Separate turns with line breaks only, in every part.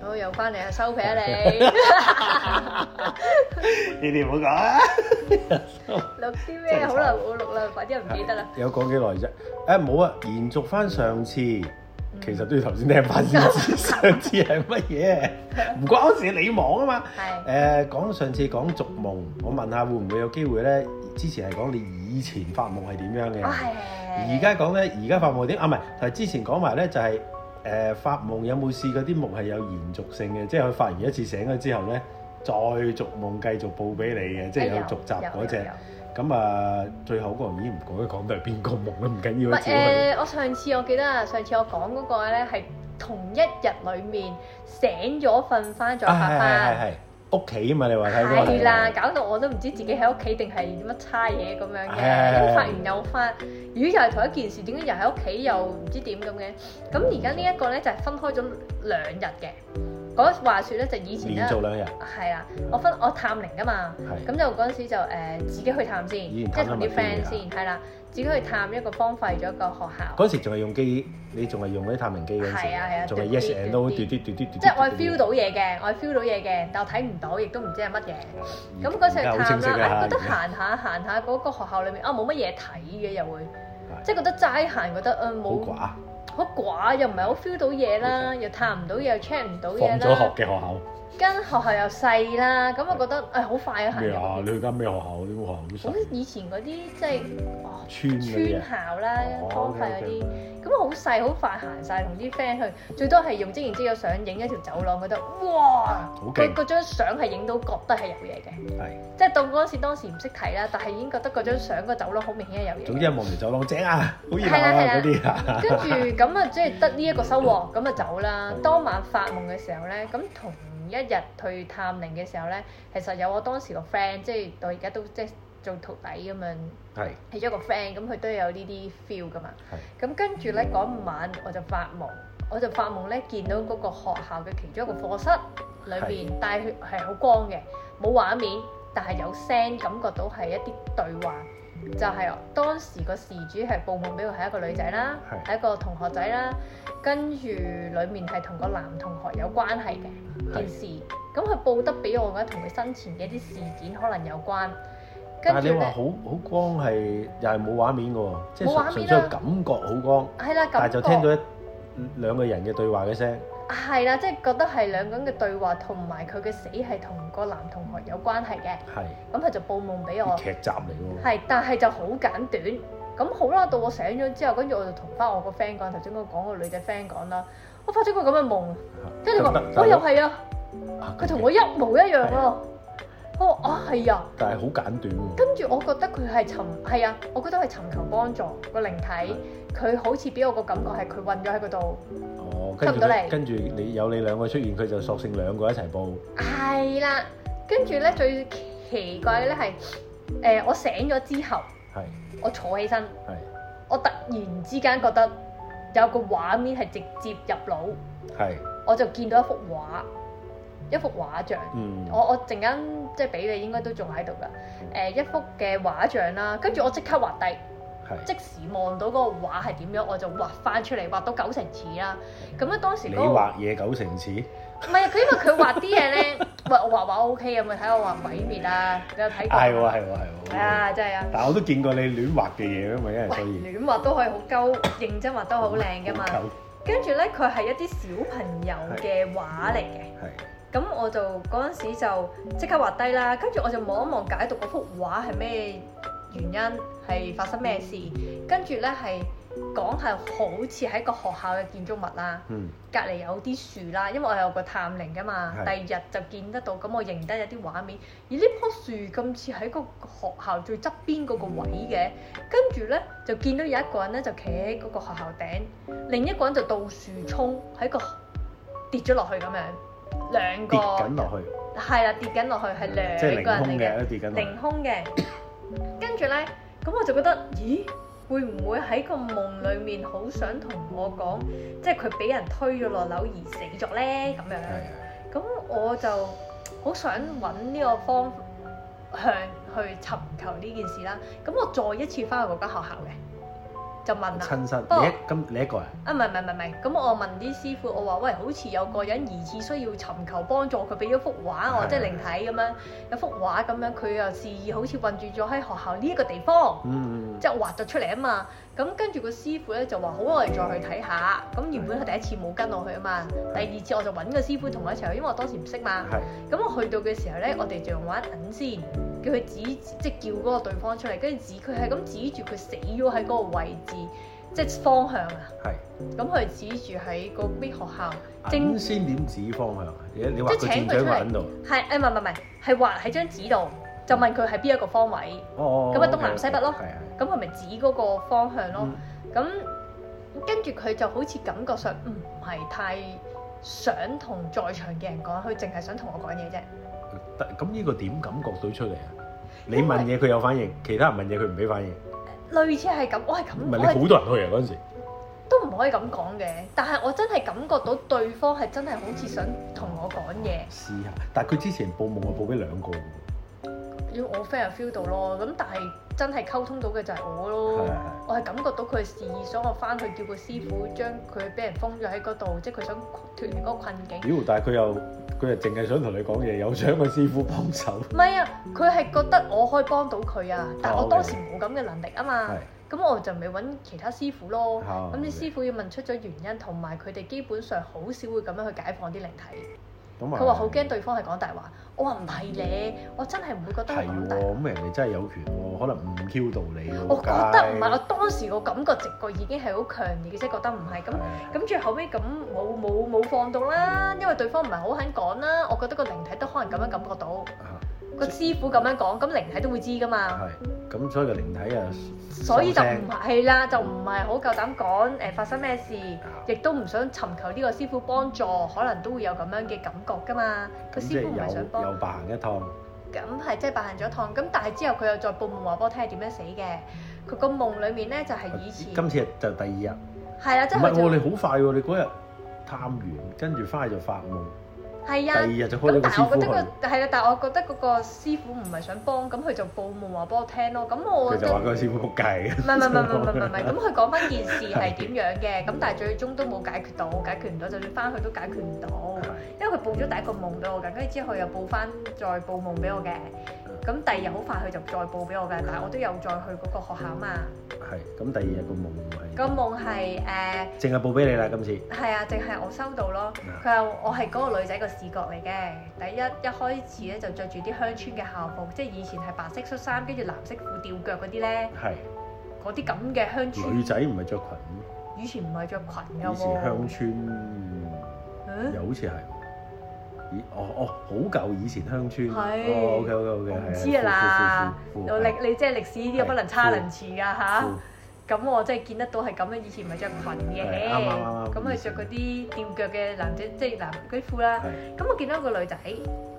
好又翻嚟啊，收皮啊你！
你哋唔好講啊！
錄啲咩？好耐冇錄啦，快啲唔記得啦。
有講幾耐啫？誒冇啊，延續翻上次，
Ừ.
其 實都要頭先聽翻先知上次係乜嘢，唔關事，你忙啊嘛。
係
誒講上次講逐夢，我問下會唔會有機會咧？之前係講你以前發夢係點樣嘅
哦，係，
而家講咧，而家發夢係點啊？唔係，係之前講埋咧就係、誒、發夢有冇試過啲夢係有延續性嘅，即係佢發完一次醒咗之後咧，再續夢繼續報俾你嘅，即係有續集嗰
有
只
有。有
咁啊，最後嗰個人已經唔講，講到係邊個夢啦，唔緊
唔
要
係
啊，只係
誒，我上次我記得啊，上次我講嗰個咧係同一日裡面醒咗瞓翻再
啊
發
係係係
翻，
係屋企啊嘛，你話睇嗰個
係啦，搞到我都唔知自己喺屋企定係乜差嘢咁樣嘅，
係係係
咁發完又翻，咦又係同一件事，點解又喺屋企又唔知點咁嘅？咁而家呢一個咧就係分開咗兩日嘅。嗰話説咧就以前咧
連，續兩日
係啦，我分我探靈噶嘛。
嗯係
咁就嗰陣時就誒、呃自己去探先，即
以前
係
探
同
得
啲
密啲
friend
㗎
先，係啦，自己去探一個荒廢咗一個學校，
嗰時仲係用機，你仲係用嗰啲探明機嗰陣時
係啊係啊，
仲係
嘟嘟
yes and
嘟
no，
嘟
嘟嘟嘟嘟嘟
即係我係 feel 到嘢嘅，我係 feel 到嘢嘅，但我睇唔到，亦都唔知係乜嘢。咁嗰次去
而家好清晰
探
㗎
啦，
嚇
哎覺得
而家
行下行下嗰個學校裏面啊冇乜嘢睇嘅又會，即係覺得齋行覺得啊
好
冇
寡。
好寡，又唔係好 feel 到嘢啦，又探唔到嘢，又 check 唔到
放
嘢
咗
啦，
學嘅學校
跟學校又細啦，咁我覺得誒好快啊行
咩啊？
入
你
去。
去間咩學校？你個學校好
好
細
似以前嗰啲即係哦
村嗰啲
村
啊，
校啦、
哦
荒廢嗰
OK，OK
啲，咁啊好細好快行晒，同啲 friend 去，最多係用即影即有相影一條走廊，覺得哇，
好
佢
勁
嗰張相係影到覺得係有嘢嘅，
係。
即係到嗰陣時當時唔識睇啦，但係已經覺得嗰張相個走廊好明顯係有
總
嘢
之
嘅。
係望條走廊正啊，好熱
係
鬧
啦係
啊
啦
嗰啲啊。
跟住咁啊，即係得呢一個收穫，咁啊走啦。
嗯
當晚發夢嘅時候咧，咁同一日去探靈嘅時候咧，其實有我當時個 friend，即係到而家都即係做徒弟咁樣。
係
其中一個 friend，咁佢都有呢啲 feel 噶嘛。
係
咁跟住咧嗰晚我就發夢，我就發夢咧見到嗰個學校嘅其中一個課室裏邊，但係佢係好光嘅，冇畫面，但係有聲，感覺到係一啲對話。就係當時個事主係報夢俾佢係一個女仔啦，
係
係一個同學仔啦，跟住裡面係同個男同學有關係嘅
係
件事。咁佢報得俾我嘅同佢生前嘅一啲事件可能有關。跟
但
住
係你話
咧。
好好光係又係冇畫面嘅喎，即
冇
係
畫
純純
面
粹
啦
係感覺好光，
係啦，
但係
感
就
覺
聽到一兩個人嘅對話嘅聲。
啊係啦，即係覺得係兩個人嘅對話同埋佢嘅死係同個男同學有關係嘅，
係
咁佢就報夢俾
啲
我，
劇集嚟喎。
係，但係就好簡短。咁好啦，到我醒咗之後，跟住我就同翻我個 friend 講，頭先我講個女仔 friend 講啦，我發咗個咁嘅夢，跟住佢話
得
我又係啊，
啊
佢同我一模一樣咯，我話啊係啊，
但係好簡短喎。
跟住我覺得佢係尋係啊，我覺得佢尋求幫助個靈體，佢好似俾我個感覺係佢韞咗喺嗰度。
哦，跟住
出唔到嚟
佢跟住你有你兩個出現，佢就索性兩個一齊報。
係啦，跟住咧最奇怪嘅咧係，誒、我醒咗之後，
係
我坐起身，
係
我突然之間覺得有個畫面係直接入腦，
係
我就見到一幅畫，一幅畫像。
嗯
我我陣間即係俾你應該都仲喺度㗎，誒、一幅嘅畫像啦，跟住我即刻畫低，
係。
即時望到嗰個畫係點樣，我就畫翻出嚟，畫到九成似啦。咁咧當時
你
嗰、個。
畫嘢九成似。
唔係佢因為佢畫啲嘢咧，喂我畫畫 O K 嘅，咪睇我畫鬼滅啊，你有睇過？
係喎係喎係
係
喎。
啊，真係啊！
但我都見過你亂畫嘅嘢啊嘛，因為
喂
所，以
亂畫都可以好鳩，認真畫都好靚噶嘛。
夠
跟住咧，佢係一啲小朋友嘅畫嚟嘅。
係
咁我就嗰陣時就即刻畫低啦，跟住我就望一望解讀嗰幅畫係咩原因，係發生咩事，跟住咧係講係好似喺個學校嘅建築物啦。
嗯
隔離有啲樹啦，因為我有個探靈噶嘛，第二
係
日就見得到，咁我認得有啲畫面。而呢棵樹咁似喺個學校最側邊嗰個位嘅，
嗯
跟住咧就見到有一個人咧就企喺嗰個學校頂，另一個人就倒樹衝喺個跌咗落去咁樣，兩個
跌緊落去，
係啦，跌緊落去係
即係
兩
凌
個人嚟嘅。
空嘅跌緊落
凌
去。
空嘅。跟住咧，咁我就覺得，咦，會唔會喺個夢裡面好想同我講，即係佢俾人推咗落樓而死咗咧咁樣？
係啊，
咁我就好想揾呢個方向去尋求呢件事啦。咁我再一次翻去嗰間學校嘅，就問啦。
親身，
不過
你一咁你一個人，
啊，唔係唔係唔係唔係，咁我問啲師傅，我話喂，好似有個人疑似需要尋求幫助，佢俾咗幅畫我，
係
即係靈體咁樣，有幅畫咁樣，佢又示意好似困住咗喺學校呢一個地方，
Ừ, 嗯，嗯
即係畫咗出嚟啊嘛。咁跟住個師傅咧就話好，我哋再去睇下。咁原本佢第一次冇跟我去啊嘛，第二次我就揾個師傅同我一齊去，因為我當時唔識嘛。
係
咁我去到嘅時候咧，我哋就用玩銀先，叫佢指即係叫嗰個對方出嚟，跟住指佢係咁指住佢死咗喺嗰個位置，即係方向啊。
係
咁佢指住喺嗰邊學校，正
正先點指方向啊？你你畫
即
個
係請
箭
佢
嘴
出嚟啊
畫喺度，
係誒唔係唔係唔係，係畫喺張紙度，就問佢係邊一個方位，
哦，
咁啊東南西北咯
係係，
咁佢咪指嗰個方向咯
嗯。
咁跟住佢就好似感覺上嗯唔係太想同在場嘅人講，佢淨係想同我講嘢啫。
但嗯咁呢個點感覺到出嚟啊？你問嘢佢有反應，其他人問嘢佢唔俾反應，
類似係咁，我係咁，
唔
我
係你
係
好多人去啊嗰陣時，
都唔可以咁講嘅。但係我真係感覺到對方係真係好似想同我講嘢。
試下。但係佢之前報夢啊報俾兩個㗎喎，
要我 friend 就 feel 到咯，咁但係真係溝通到嘅就係我
係
咯
係。係
我係感覺到佢示意，想我翻去叫個師傅將佢俾人封咗喺嗰度，即係佢想脱離嗰個困境。
妖！但係佢又佢又淨係想同你講嘢，有想個師傅幫手，
唔係啊，佢係覺得我可以幫到佢啊，但係
哦
我
，OK
當時冇咁嘅能力啊嘛
係，
咁我就咪揾其他師傅咯。
哦
咁啲
OK
師傅要問出咗原因，同埋佢哋基本上好少會咁樣去解放啲靈體。
咁啊
佢話好驚對方係講大話，我話唔係咧，我真係唔會覺得佢
係
講
喎，
大話。
咁人哋真係有權喎，可能唔 Q 道理喎。
我覺得唔係，我
街
當時個感覺直覺已經係好強烈嘅啫，覺得唔係咁。
係
咁最後尾咁冇冇冇放到啦，因為對方唔係好肯講啦。我覺得個靈體都可能咁樣感覺到，
啊
個師傅咁樣講，咁靈體都會知噶嘛。
係咁，所以個靈體啊，
所以就
收聲
唔係啦，就唔係好夠膽講誒發生咩事，亦都唔想尋求呢個師傅幫助，可能都會有咁樣嘅感覺噶嘛。個
咁即
師
係
傅唔係想
有有
幫，
白行一趟，
咁係即係白行咗一趟。咁但係之後佢又再報夢話俾我聽係點樣死嘅。佢個夢裡面咧就係
Ờ,
以前
今次就第二日，
係啦，即
唔
係
係
佢就
喎，你好快喎，你嗰日探完，跟住翻去就發夢，
係
第
啊
二。日就開
咁
咗個
但係我
師傅
覺得
去，
個係啦，啊但係我覺得嗰個師傅唔係想幫，咁佢就報夢話俾我聽咯。咁我
佢
覺
就
得
話個師傅仆街嘅
唔，係唔係唔係唔係唔係唔係，咁佢講翻件事係點樣嘅，咁但係最終都冇解決到，解決唔到，就算翻去都解決唔到，因為佢報咗第一個夢俾我㗎，跟住之後佢又報翻再報夢俾我嘅，咁第二日好快佢就再報俾我㗎，但係我都有再去嗰個學校嘛。
係咁第二日個
個
夢
夢
係，
係誒
淨係報俾你啦今次，
係啊，淨係我收到咯。
啊
佢話我係嗰個女仔個視覺嚟嘅。第一一開始咧就着住啲鄉村嘅校服，即係以前係白色恤衫，跟住藍色褲吊腳嗰啲咧，
係
嗰啲咁嘅鄉
女
村。
仔唔係着裙，
以前唔係着裙嘅
以前鄉啊
喎。
村。
嗯
又好似係喎，咦？哦哦，好舊以前鄉村。
係
哦，OK OK OK，
我唔
係
知啊啦
負負負負負
有歷你即係歷史呢啲
係
不能差能詞㗎
係
嚇
負。
咁我真係見得到係咁樣，以前唔係着裙嘅
係啱啱啱啱。
咁啊嗯佢着嗰啲吊腳嘅男仔，即係男嗰啲褲啦。
係
咁我見到一個女仔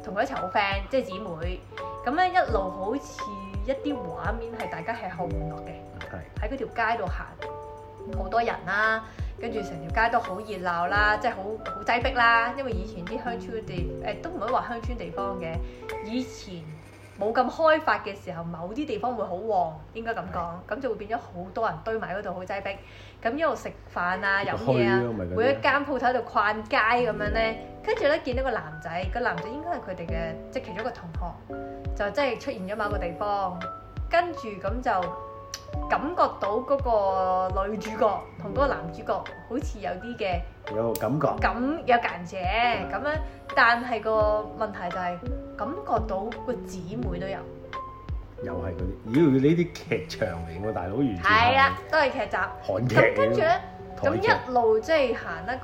同佢一齊好 friend，即係姊妹。咁咧一路好似一啲畫面係大家吃喝玩樂嘅，
係
喺嗰條街度行，好多人啦，跟住成條街都好熱鬧啦，即係好好擠迫啦。因為以前啲鄉村地誒、都唔可以話鄉村地方嘅，以前冇咁開發嘅時候，某啲地方會好旺，應該咁講，咁就會變咗好多人堆埋嗰度好擠迫。咁一路食飯啊、飲嘢啊。
咯，咪嗰
每一
啲。
間鋪頭喺度逛街咁樣咧，跟住咧見到個男仔，個男仔應該係佢哋嘅即係其中一個同學，就即係出現咗某個地方，跟住咁就嘖感覺到嗰個女主角同嗰個男主角好似有啲嘅
有個感覺，
感有間者咁樣，但係個問題就係、感覺到個姊妹都有，
又係嗰啲。妖，呢啲劇場嚟喎，大佬完全
係啦，，都係劇集。
韓劇嚟
咁
喎
跟住咧。咁
台劇
一路即係行啦，嗰、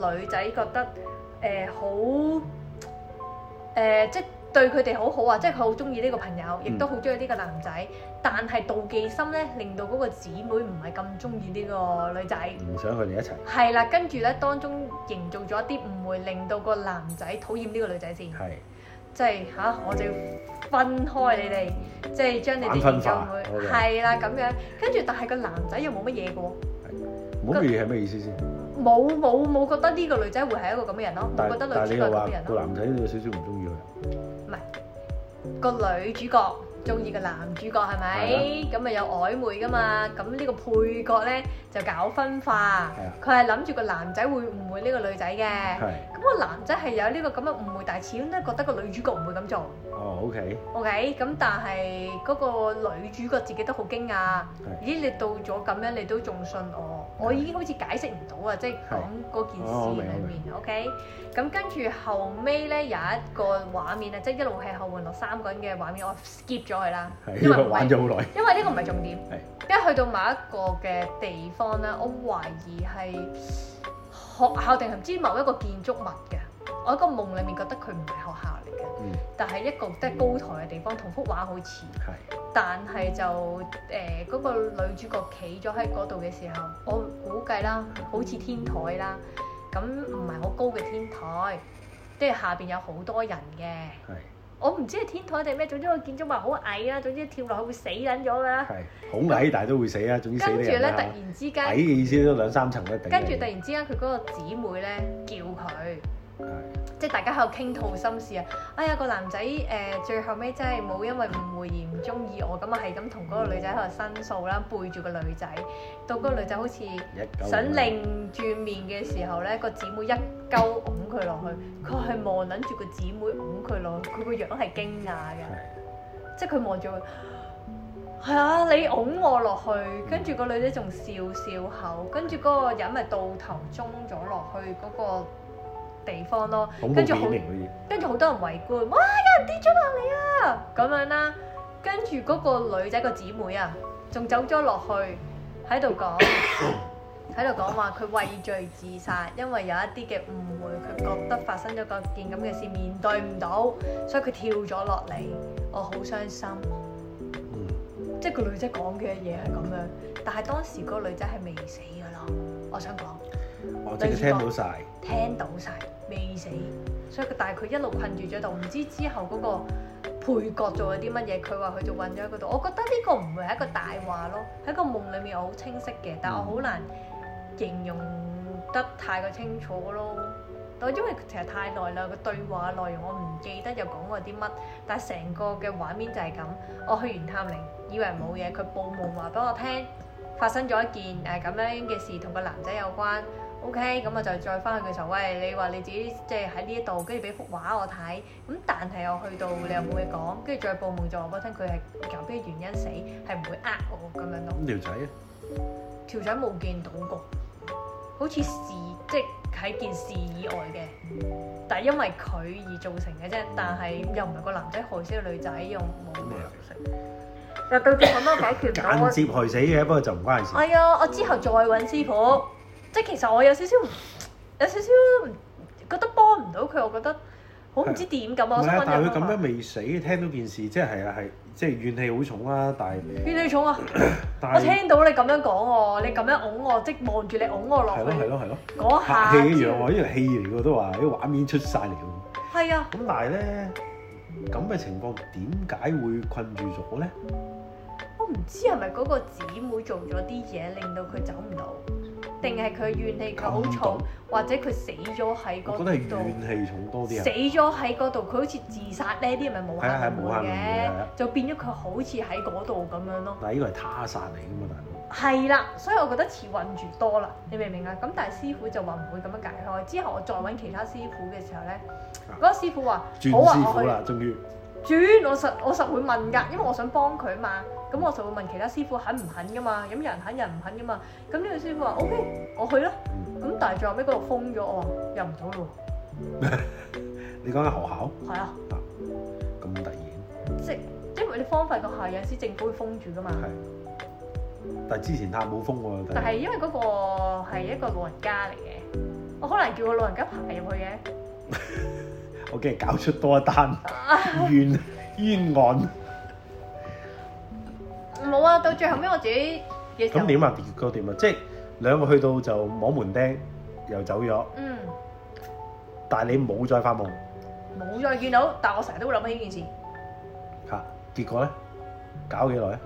個女仔覺得誒好呃誒，即係對佢哋好好啊，即係佢好中意呢個朋友，亦都好中意呢個男仔，
嗯
但係妒忌心咧令到嗰個姊妹唔係咁中意呢個女仔。
唔想佢哋一齊，
係啦，跟住咧當中營造咗一啲誤會，令到個男仔討厭呢個女仔先，
係
即係吓、我就要分開你哋，即係將你哋
玩
營
分化
造會
OK
係啦咁樣。跟住但係個男仔又冇乜嘢嘅喎。
唔好嘢係咩意思先？
冇冇冇覺得呢個女仔會係一個咁嘅人咯，冇
但
覺得
但
女
你
主角係咁
又話
嘅人
個
咯。
男仔有少少唔中意佢，
個女主角中意嘅男主角係咪
係啦？
咁咪有曖昧噶嘛？咁呢個配角咧就搞分化
係啊，
佢係諗住個男仔會誤會呢個女仔嘅。
係
咁個男仔係有呢個咁嘅誤會，但係始終都覺得個女主角唔會咁做。
哦，OK，Ờ,
OK，咁但係嗰個女主角自己都好驚訝，咦你到咗咁樣你都仲信我，我已經好似解釋唔到啊，即係講嗰件
哦我
事
明
裏面，OK，咁跟住後尾咧有一個畫面啊，即係一路係後換落三個人嘅畫面，我 skip 咗佢啦，
係
因為
呢個
唔
玩
係，
咗好耐，
因為呢個唔係重點，因為去到某一個嘅地方咧，我懷疑係學校定係唔知某一個建築物嘅，我喺個夢裡面覺得佢唔係學校嚟嘅。
嗯，
但係一個即係高台嘅地方，同幅畫好似，
係
但係就誒呃嗰、個女主角企咗喺嗰度嘅時候，我估計啦，好似天台啦，咁唔係好高嘅天台，即係下邊有好多人嘅。
係
我唔知係天台定咩，總之個建築物好矮啦，總之跳落去會死撚咗㗎啦。
係好矮，但係都會死啊，總之死
跟
得
住
人
咧，突
啦
然之
嚇矮
間，
嘅意思都兩三層都頂。
跟住突然之間，佢嗰個姊妹咧叫佢。
係
即係大家喺度傾吐心事啊！哎呀，個男仔誒、呃最後尾真係冇因為誤會而唔中意我，咁啊係咁同嗰個女仔喺度申訴啦，背住個女仔，到嗰個女仔好似
一九
想擰住面嘅時候咧，個姊妹一鳩拱佢落去，佢係望撚住個姊妹拱佢落去，佢個樣係驚訝嘅，
係
即係佢望住佢。係啊，你拱我落去，跟住個女仔仲笑笑口，跟住嗰個人咪倒頭中咗落去嗰個地方咯。
恐怖
跟
片
住好
嚟嗰啲，
跟住好多人圍觀，哇！有人跌咗落嚟啊，咁樣啦。跟住嗰個女仔個姊妹啊，仲走咗落去，喺度講，喺度講話佢畏罪自殺，因為有一啲嘅誤會，佢覺得發生咗個件咁嘅事，面對唔到，所以佢跳咗落嚟。我好傷心，
嗯，
即係個女仔講嘅嘢係咁樣，但係當時嗰個女仔係未死㗎咯。我想講
我即刻聽到晒，
聽到晒，未死，所以佢但係佢一路困住咗喺度，唔知之後嗰個配角做咗啲乜嘢，佢話佢就韞咗喺嗰度。我覺得呢個唔會係一個大話咯，喺個夢裡面我好清晰嘅，但我好難形容得太過清楚咯。但因為其實太耐啦，個對話內容我唔記得有講過啲乜，但係成個嘅畫面就係咁。我去完探靈，以為冇嘢，佢報夢話俾我聽，發生咗一件誒咁樣嘅事，同個男仔有關。OK，咁我就再翻去嘅時候，喂，你話你自己即係喺呢一度，跟住俾幅畫我睇，咁但係我去到你又冇嘢講，跟住再報夢就話俾我聽佢係有咩原因死，係唔會呃我咁樣咯。
咁條仔啊
條仔冇見到過，好似事即係喺件事以外嘅，但係因為佢而造成嘅啫，但係又唔係個男仔害死個女仔，又冇
咁啊
又到最後都解決唔到
間。接害死嘅，不過就唔關事。
係啊，我之後再揾師傅，即係其實我有少少有少少覺得幫唔到佢，我覺得好唔知點咁啊！
唔
我
係
想
啊
揾，
但係佢
人
咁樣未死，聽到件事，即係係啊係，即係怨氣好重啦。但係
邊你重啊！
但
我
係
聽到你咁樣講喎，你咁樣擁我，即係望住你擁我落
係咯係
去
咯係咯，
嗰下，
拍戲一樣喎，因為戲嚟嘅都話啲畫面出晒嚟喎。
係啊，
咁但係咧，咁嘅情況點解會困住咗咧？
我唔知係咪嗰個姊妹做咗啲嘢令到佢走唔到，定係佢怨氣佢好
咁
重
毒，
或者佢死咗喺
我
嗰
覺得係
度。
怨氣重多啲
死
啊。
咗喺嗰度，佢好似自殺呢啲咪冇
係啊係
下
無
門
限輪迴係啊
嘅，就變咗佢好似喺嗰度咁樣咯。
但係呢個係他殺嚟㗎嘛，大佬。
係啦，所以我覺得似混住多啦，你明唔明啊？咁但係師傅就話唔會咁樣解開。之後我再揾其他師傅嘅時候咧，
啊
嗰個師傅話：
轉
好
師傅
啊，
啦，終於
我去轉，我實我實會問㗎，因為我想幫佢嘛。咁我就會問其他師傅肯唔肯㗎嘛。咁有人肯，有人唔肯㗎嘛。咁呢個師傅話：OK，我去啦。
嗯
咁但係最後尾嗰度封咗，我話入唔到咯
你講緊學校
喎。係啊，
咁突然
即係因為你荒廢個校，有陣時政府會封住㗎嘛。
係，但係之前探冇風喎，
但係因為嗰個係一個老人家嚟嘅，我好難叫個老人家爬入去嘅。
我驚搞出多 一單冤冤案。
冇啊，到最後尾我自己嘅時候
咁，點啊？結果點啊？即係兩個去到就摸門釘，又走咗，
嗯，
但係你冇再發夢
冇再見到，但我成日都會諗起呢件事，
嚇、結果咧，搞幾耐咧？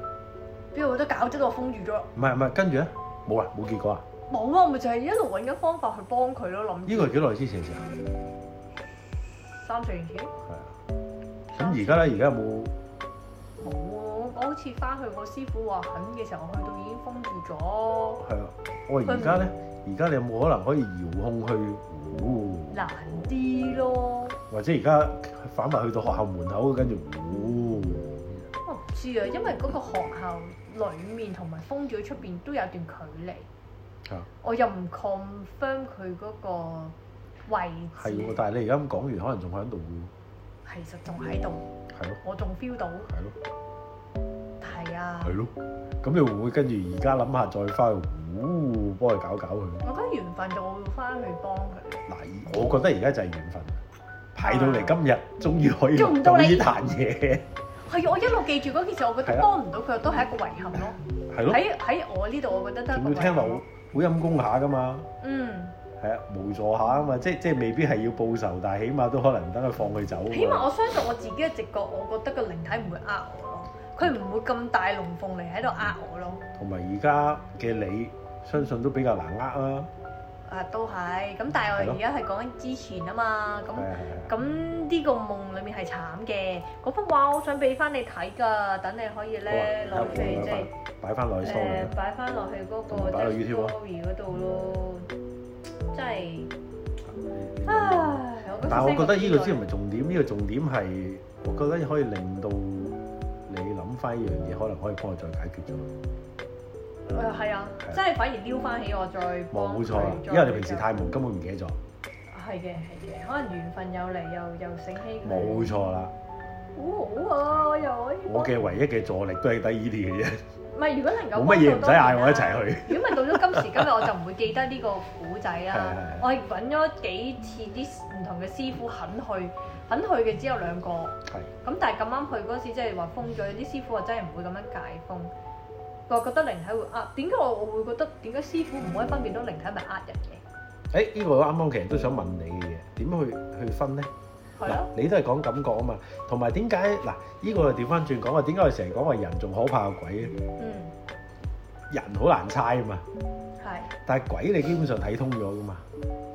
邊度都搞咗到我封住咗，
唔係唔係，跟住咧冇啦，冇結果啊！
冇啊，我咪就係一路揾緊方法去幫佢咯，諗
呢個係幾耐之前嘅事啊？
三四年前
係啊。咁而家咧，而家有冇
冇好似翻去我師傅話肯嘅時候，我去到已經封住咗，
係啊，我話而家咧，而家你有冇可能可以遙控去呼，
難啲咯。
或者而家反埋去到學校門口跟住呼，
我唔知啊，因為嗰個學校裡面同埋封咗出邊都有段距離，
係啊
我又唔 confirm 佢嗰個位
係
置
喎。，但係你而家咁講完，可能仲喺度
其實仲喺度，
喎，係咯，
我仲 feel 到。
係咯，
係啊，
係咯。咁你會唔會跟住而家諗下再翻去呼幫佢搞搞佢？
我覺得緣分就會翻去幫佢。
嗱，我覺得而家就係緣分，排到嚟今日，終於 可以
啊做唔
錄
到
到呢
你
壇嘢，
係啊，我一路記住嗰件事，我覺
係
得
啊
幫唔到佢都係一個遺憾咯。
係咯。
喺喺我呢度，我覺得得一個
仲
遺
要聽
憾
落
咯。
好陰功下噶嘛，
嗯。
係啊，無助下啊嘛，即即未必係要報仇，但係起碼都可能等佢放佢走啊嘛。
起碼我相信我自己嘅直覺，我覺得個靈體唔會呃我咯，佢唔會咁大龍鳳嚟喺度呃我咯。
同埋而家嘅你，相信都比較難呃啦。
啊，都係，咁但係
係
我
咯
而家係講緊之前啊嘛，咁
係啊係
咁呢個夢裡面係慘嘅，嗰幅畫我想俾翻你睇㗎，等你可以咧
啊，好啊
攞，去即係
擺擺翻落去收嚟啦
誒。擺翻落去嗰個
擺落
即係
YouTube 啊
story 嗰度咯，真係，
啊
唉，我
但係我覺得呢個先
先
唔係重點，呢個重點係我覺得可以令到你諗翻一樣嘢，可能可以幫佢再解決咗。
誒係啊，
係啊
真係反而撩翻起我再幫
冇錯啦，
佢
因
再
為你平時
做
太忙，根本唔記得咗。
係嘅，係嘅，可能緣分又嚟又又醒起佢。
冇錯啦，
好好啊，我又可以幫。
我嘅唯一嘅助力都係低呢啲嘅啫，
唔係，如果能夠
冇乜嘢唔使嗌我一齊
去。
去。
啊如果唔係到咗今時今 日，我就唔會記得呢個古仔
係
啦
係係。
我係揾咗幾次啲唔同嘅師傅肯去，肯去嘅只有兩個。
係
咁但係咁啱去嗰時，即係話封咗，啲師傅話真係唔會咁樣解封。我覺得靈體會呃，點解我我會覺得點解師傅唔可以分辨到靈體係咪呃人嘅？
誒，呢個我啱啱其實都想問你嘅嘢，點去去分呢？
係
嗱
咯，，
你都係講感覺啊嘛，同埋點解嗱？呢個調翻轉講話，點解我成日講話人仲可怕過鬼咧？
嗯，
人好難猜啊嘛，
係。
但係鬼你基本上睇通咗噶嘛，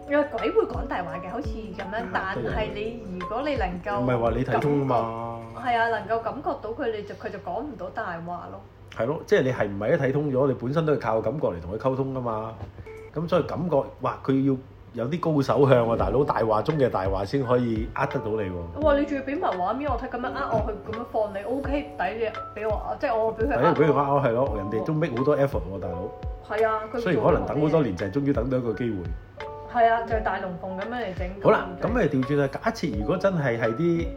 有鬼會講大話嘅，好似咁樣，但係你如果你能夠
嗯啊唔係話你睇通啊嘛，
係啊，能夠感覺到佢，你就佢就講唔到大話咯。
係咯，即係你係唔係都睇通咗？你本身都係靠感覺嚟同佢溝通噶嘛，咁所以感覺哇，佢要有啲高手向啊，大佬大話中嘅大話先可以呃得到你喎。
哇！你仲要俾埋畫面我睇，咁樣呃我，佢咁樣放你，O K，抵你俾我呃，即係我俾佢
第
呃
一俾佢呃係咯，人哋都 make 好多 effort 喎，大佬。
係啊，佢
雖然可能等好多，年，就係終於等到一個機會。
係啊，就係大龍鳳咁樣嚟整。
好啦，咁咪調轉啦。假設如果真係係啲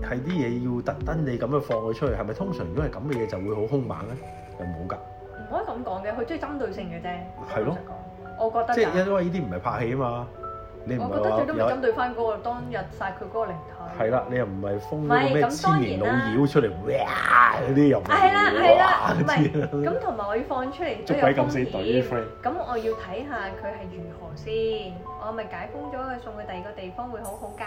係啲嘢要特登你咁樣放佢出去，係咪通常如果係咁嘅嘢就會好兇猛咧？又冇㗎，
唔可以咁講嘅，佢中意針對性嘅啫。
係咯
老實講，我覺得
即係
㗎。
因為呢啲唔係拍戲啊嘛，你唔
我
係
覺得最
話
多咪針對翻嗰個當日殺佢嗰個靈體。
係啦，你又唔係封嗰個
唔係
咩
咁當
千
然
年
啦
老妖出嚟，哇嗰啲又唔
啊係啦係啦
哇，
唔係
嗰啲
咁同埋我要放出嚟都
捉
有風
鬼咁死隊
險
啲。friend，
咁我要睇下佢係如何先，我咪解封咗佢送去第二個地方會好好㗎。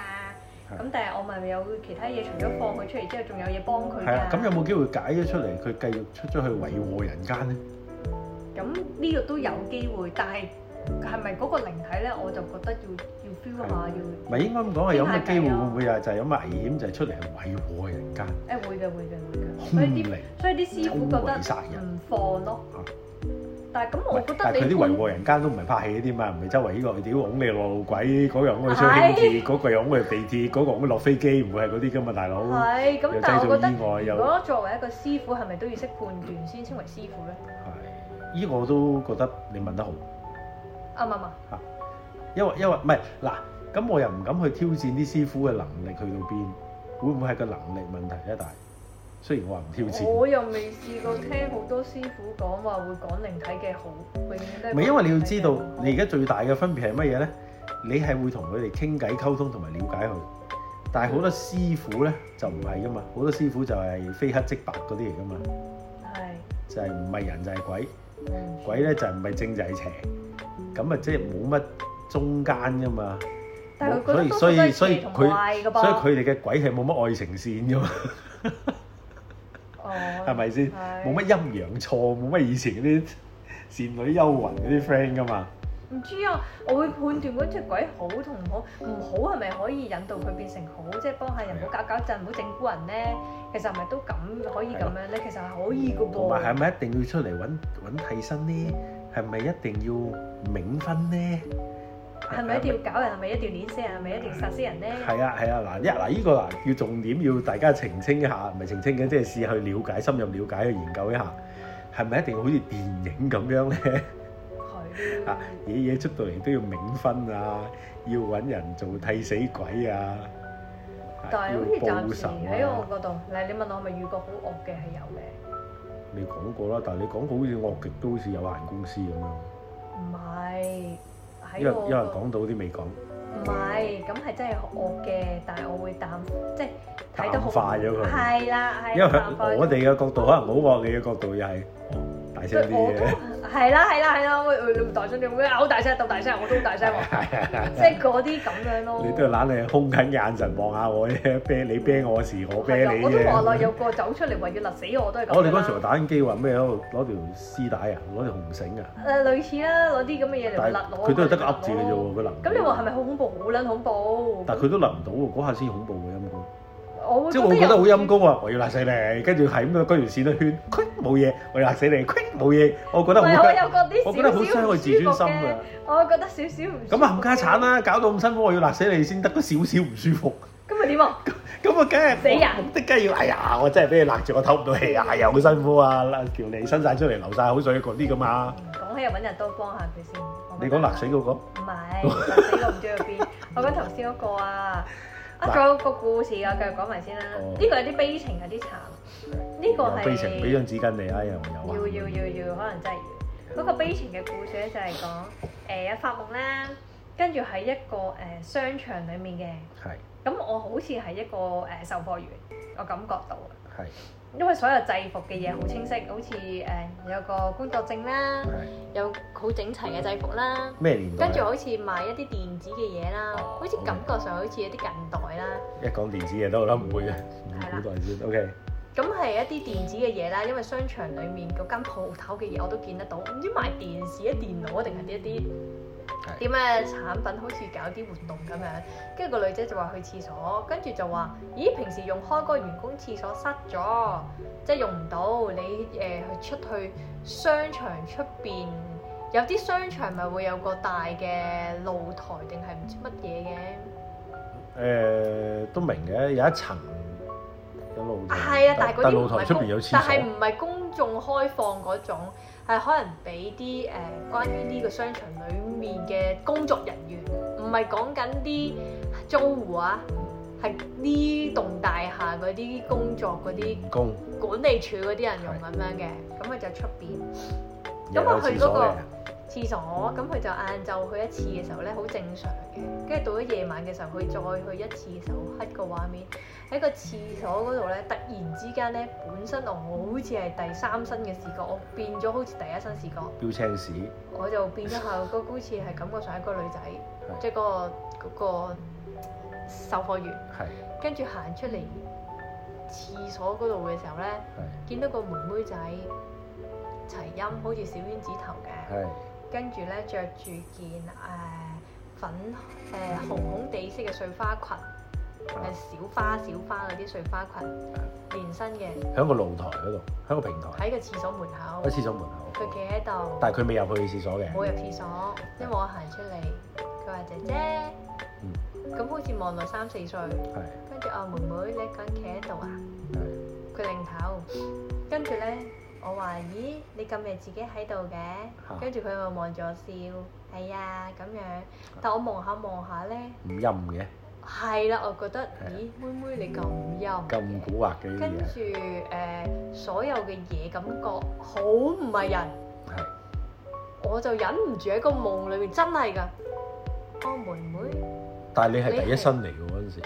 係
咁但係我咪有其他嘢，除咗放佢出嚟之後，仲有嘢幫佢
係啦
㗎。。
咁有冇機會解咗出嚟，佢繼續出咗去為禍人間咧？
咁呢個都有機會，但係係咪嗰個靈體咧？我就覺得要要 feel 下，要
唔係應該咁講係有咁嘅機會，會唔會又就係有咁嘅危險，就係出嚟為禍人間，
誒會嘅會嘅會嘅。所以
兇
啲
靈。
所以啲師傅覺得
周圍殺人
唔放咯
啊。
但係咁，我覺
但係
得
佢
你
啲
搬
維和人間都唔係拍戲嗰啲嘛，唔係周圍呢個屌拱你落路軌，嗰樣拱你出輕鐵，嗰個又拱你地鐵，嗰個拱你落飛機，唔會係嗰啲噶嘛，大佬。
係咁
又，
但係
製造
我覺得
意外又
如果作為一個師傅，係咪都要識判斷先稱為師傅咧？
係，依個我都覺得你問得好，
啱唔啱啊？
因為因為唔係嗱，咁我又唔敢去挑戰啲師傅嘅能力去到邊，會唔會係個能力問題咧？但係雖然我話唔挑戰，
我又未試過聽好多師傅講話會講靈體嘅好，永遠都係
唔係因為你要知道
講靈，體
你
嘅
而家最大嘅分別係乜嘢咧？你係會同佢哋傾偈溝通同埋了解佢，但係好多師傅咧就唔係噶嘛，好多師傅就係非黑即白嗰啲嚟噶嘛。
好係
就係唔係人就係鬼，
嗯
鬼咧就唔係正就係邪，咁啊即係冇乜中間噶嘛，
但係佢覺得多數
所
都
以
係
所以
邪同
所以佢
壞㗎
所以
噃，
佢哋嘅鬼係冇乜愛情線噶嘛，係
係
咪先？
係
冇乜陰陽錯，冇乜以前嗰啲倩女幽魂嗰啲 friend 噶嘛，
唔知啊，我會判斷嗰只鬼好同唔好，唔好係咪可以引導佢變成好，即係幫下人，唔好搞搞震，唔好整蠱人咧。其實係咪都咁可以咁樣咧？其實係可以嘅
同埋
噃。
係咪一定要出嚟揾揾替身呢？係咪一定要冥婚呢？
係咪一定要搞人？係咪一定要碾死人？係咪一定要殺死人咧？
係啊係啊嗱一嗱呢個嗱要重點要大家澄清一下，唔係澄清嘅，即係試下去了解、深入了解去研究一下，係咪一定要好似電影咁樣咧？
係
啊， 嘢嘢出到嚟都要冥婚啊，要揾人做替死鬼啊，啊
但係
要
好似暫
報
時
仇
喺我
啊！
嗰度，嗱你問我係咪遇過好惡嘅係有嘅，
你講過啦，但係你講過好似惡極都好似有限公司咁樣，
唔係
因為
喺我
因為
個
講到啲未講，
唔係，咁係真係惡嘅，但係我會淡，即係睇得好
淡化咗佢
係啦，係啦
因為
淡化咗
我哋嘅角度可能好惡，你嘅角度又係哦大聲啲
我
嘅，
都係啦係啦係啦，喂，你唔大聲你會好大聲，鬥大聲，我都好大聲 喎，即係嗰啲咁樣咯。
你都係懶係空緊眼神望下我啫， 啤你啤我時我啤
係啊
你
我都話啦，
啫。
有個走出嚟話要勒死我，我都係咁樣啦。
我哋嗰時候打緊機話咩喺度攞條絲帶啊，攞條紅繩啊，
誒類似啦，攞啲咁嘅嘢嚟
但係
勒我。
佢都係得個噏字嘅啫喎，佢能。
咁你話係咪好恐怖？好撚恐怖！
但係佢都諗唔到喎，嗰下先恐怖嘅陰公。
我會
即係我覺得
有
好陰。公啊！我要勒死你，跟住係咁樣嗰條線一圈， 佢冇嘢，我要勒死你， 佢冇嘢。我覺
唔
得
係
好
我
傷，
有個啲
我覺得好
少少
傷
唔
我自尊
舒服
心
嘅
啊！
我覺得少少唔舒服
咁啊冚家鏟
嘅！
啦，搞到咁辛苦，我要勒死你先得嗰少少唔舒服。
咁咪點啊？
咁啊，梗係
死人
目的梗係要，哎呀！我真係俾你勒住，我唞唔到氣啊，又好辛苦啊，條脷伸晒出嚟，流晒口水嗰啲噶嘛。
講起又揾人多幫下佢先。我
你
覺
講
得啊
勒死嗰個，
唔係，勒死我唔知去邊。我講頭先嗰個啊，啊
嗱
仲有個故事啊，繼續講埋先啦。
哦
呢個有啲悲情，有啲慘。呢個
有
係
悲情，俾張紙巾你，哎呀，我有
要
啊。
要要要，可能真係要。嗰、個悲情嘅故事咧就係講誒有發夢啦，跟住喺一個誒、呃商場裡面
係
嘅，咁我好似係一個誒、呃售貨員，我感覺到，啊
係
因為所有制服嘅嘢好清晰，好似誒、呃有個工作證啦，
係
有好整齊嘅制服啦。
咩年代
跟住
啊？
好似賣一啲電子嘅嘢啦，
哦
好似感覺上好似有啲近代啦，
一講電子嘢都好啦，唔會嘅，唔
係
會
啦
古代先。OK，
咁係一啲電子嘅嘢啦，因為商場裡面嗰間鋪頭嘅嘢我都見得到，唔知賣電視啊、電腦啊定係一
係
啲啲咩啊產品，好似搞啲活動咁樣。跟住個女仔就話去廁所，跟住就話：咦，平時用開嗰個員工廁所塞咗，即係用唔到。你誒、呃出去商場出邊，有啲商場咪會有個大嘅露台定係唔知乜嘢嘅。
誒都明嘅，有一層有露台，
係啊，但係嗰
但
啲
露
唔
台
係
出邊有
公
廁，所
但，係唔係公眾開放嗰種，係可能俾啲誒呃關於呢個商場裡面嘅工作人員，唔係講緊啲租戶啊，係呢棟大廈嗰啲工作嗰啲
員工
管理處嗰啲人用咁樣嘅，咁佢就出邊。
又有廁所嘅，
廁所，咁佢就晏晝去一次嘅時候咧，好正常嘅。跟住到咗夜晚嘅時候，佢再去一次嘅時候，黑個畫面喺個廁所嗰度咧，突然之間咧，本身我好似係第三身嘅視覺，我變咗好似第一身視覺，
標青屎
我就變咗後個好似係感覺上係一個女仔，即係嗰個嗰、個售貨員，
係
跟住行出嚟廁所嗰度嘅時候咧，
係
見到個妹妹仔齊音，好似小丸子頭嘅。
係
跟住咧着住件誒、粉誒、紅紅地色嘅碎花裙，係、小花小花嗰啲碎花裙，連身嘅，
喺個露台嗰度，喺個平台
喺個廁所門
喺
口，
廁所門口，
佢企喺度，
但係佢未入去廁所嘅，
冇入廁所，因為我行出嚟，佢話姐
嗯
姐，咁、好似望落三四歲，
係
跟住我啊妹妹你一個人企喺度啊，
係
佢擰頭，跟住咧我話咦你咁夜自己喺度嘅？
嚇
跟住佢咪望住我笑，係啊咁樣。但我望下望下咧，
唔陰嘅，
係啦，我覺得
係啊
咦，妹妹你咁陰，
咁啊古惑嘅呢
跟住誒、所有嘅嘢感覺好唔係人，
啲嘢係。
我就忍唔住喺個夢裏面真係㗎，我、妹妹
但係你係第一身嚟嘅嗰陣時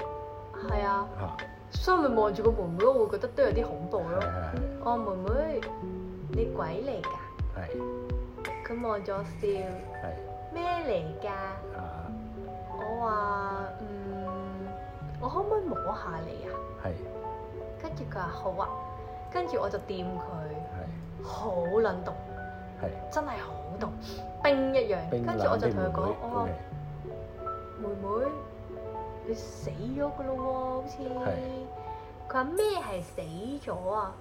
係啊，
嚇，
所以咪望住個妹妹，我會覺得都有啲恐怖
係
咯。
係
我、妹妹你鬼嚟㗎，
係
佢望咗我笑
係
咩嚟㗎？
啊
我話嗯，我可唔可以摸下你啊？
係
跟住佢話好啊，跟住我就掂佢，
係
好撚凍，
係
真係好到冰一樣。
冰
跟住我
冷
就
啲
同佢
妹
講
妹，
我話
OK，
妹妹，你死咗噶咯喎，好似佢
係。
話咩係死咗啊？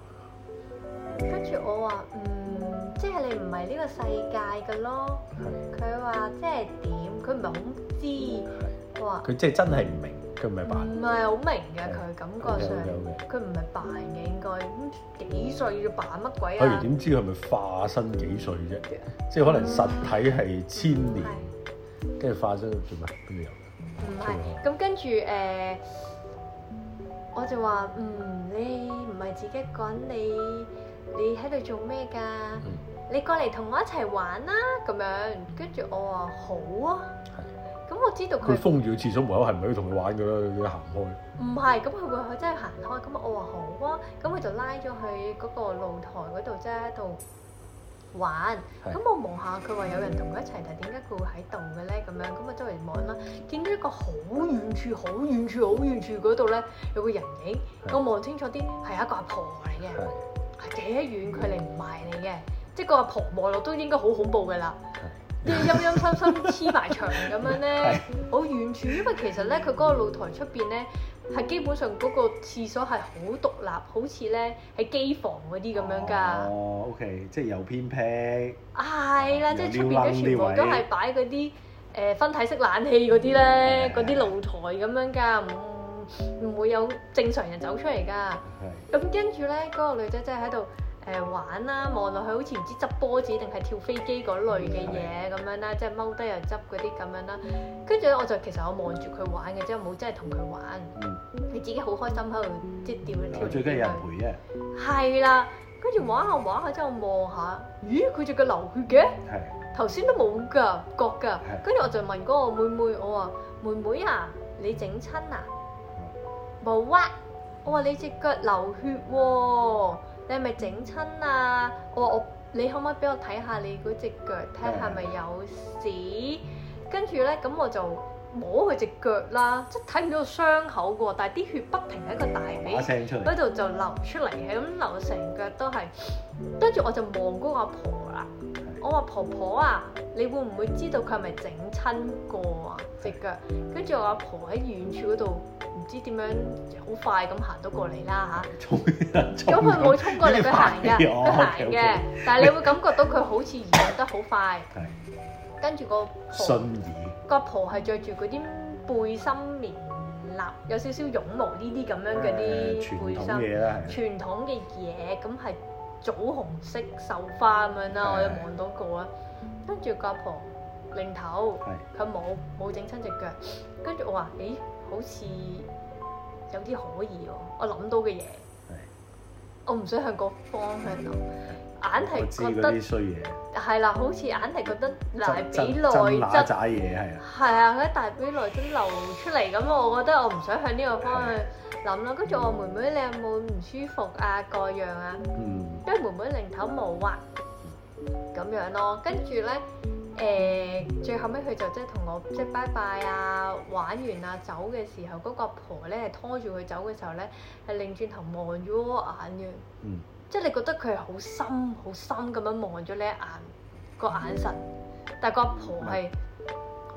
跟住我話嗯，即係你唔係呢個世界噶咯。佢話即係點？佢唔係好知。
係
我話
佢即係真係唔明，佢唔係扮
唔係好明嘅，佢嗯感覺上
有嘅。
佢唔係扮嘅，應該咁幾歲要扮乜鬼
譬如
啊？
點知佢係咪化身幾歲啫？即係可能實體係千年，跟住化身做乜？邊有？
唔係，咁跟住誒、呃我就話嗯，你唔係自己一個人，你你喺度做咩㗎？
嗯
你過嚟同我一齊玩啦，咁樣。跟住我話好啊，咁我知道佢
佢封住個廁所門口係唔可以同佢玩㗎啦，佢行開。
唔係，咁佢會佢真係行開，咁我話好啊，咁佢就拉咗去嗰個露台嗰度啫，喺度玩。
係
咁我望下佢話有人同佢一齊，但係點解佢會喺度嘅咧？咁樣咁我周圍望啦，見到一個好遠處、好遠處、好遠處嗰度咧有個人影，
係
我望清楚啲係一個阿婆嚟嘅，
係
係幾啊遠距離唔埋嚟嘅，即係個阿婆望落都應該好恐怖㗎啦。啲陰陰濕濕黐埋牆咁樣咧，好遠處，因為其實咧佢嗰個露台出邊咧係基本上嗰個廁所係好獨立，好似咧喺機房嗰啲咁樣㗎。
哦，OK，即係又偏僻。
係啦，即係出邊
啊
咧
有撩楞
全部
呢位
都係擺嗰啲誒分體式冷氣嗰啲咧，
嗯
嗰啲露台咁樣㗎，唔唔會有正常人走出嚟㗎。咁跟住咧，嗰、個女仔真係喺度誒玩啦，望落去好似唔知執波子定係跳飛機嗰類嘅嘢
嗯
咁樣啦，即係踎低又執嗰啲咁樣啦。跟住咧，我就其實我望住佢玩嘅啫，我冇真係同佢玩。
嗯
你自己好開心喺度即係跳嚟跳
我
嚟
最緊啊要
跳
有人
去。
陪啫。
係啦，跟住玩下玩下之後，我望下，咦，佢隻腳流血嘅。
係
頭先都冇㗎，唔覺㗎
係。
跟住我就問嗰個妹妹，我話：妹妹啊，你整親啊？冇啊！我話你隻腳流血喎、你係咪整親啊？我話我，你可唔可以俾我睇下你嗰隻腳，睇下係咪有屎？跟住咧，咁我就摸佢隻腳啦，即係睇唔到個傷口㗎喎，但係啲血不停喺個大髀
把聲出嚟
嗰。度就流出嚟，係咁流成腳都係。跟住我就望嗰個阿婆啦，我話婆婆啊，你會唔會知道佢係咪整親過啊隻腳？跟住我阿婆喺遠處嗰度，唔知點樣好快咁行到過嚟啦
衝
吓，咁
咁
佢冇衝過嚟，佢行 嘅，
哦
佢行嘅。但係你會感覺到佢好似移動得好快，
係
跟住個
信
婆
義
個婆係着住嗰啲背心棉衲，有少少絨毛呢啲咁樣嘅
誒
啲
傳
背
統
心。
嘢啦，係
傳統嘅嘢，咁係棗紅色繡花咁樣啦，我有
係
望到過啦。跟住個阿婆擰頭，
係
佢冇冇整親隻腳。跟住我話：咦，好似有啲可疑喎、我諗到嘅嘢
係，
我唔想向個方向諗，硬
我
係
知
覺
嗰
得
啲衰嘢，
係啦，好似硬係覺得大髀
真真
內
乸
側
渣嘢係啊，
係啊，佢喺大髀內都流出嚟咁，我覺得我唔想向呢個方向諗啦。跟住我話妹妹，你有冇唔舒服啊？各樣啊，
嗯
跟住妹妹擰頭冇啊，咁樣咯。跟住咧，誒、最後尾佢就即係同我即係拜拜啊，玩完啊走嘅時候，嗰、個阿婆咧係拖住佢走嘅時候咧，係擰轉頭望咗我眼嘅，
嗯
即係你覺得佢係好深好深咁樣望咗你一眼個眼神，但係個阿婆係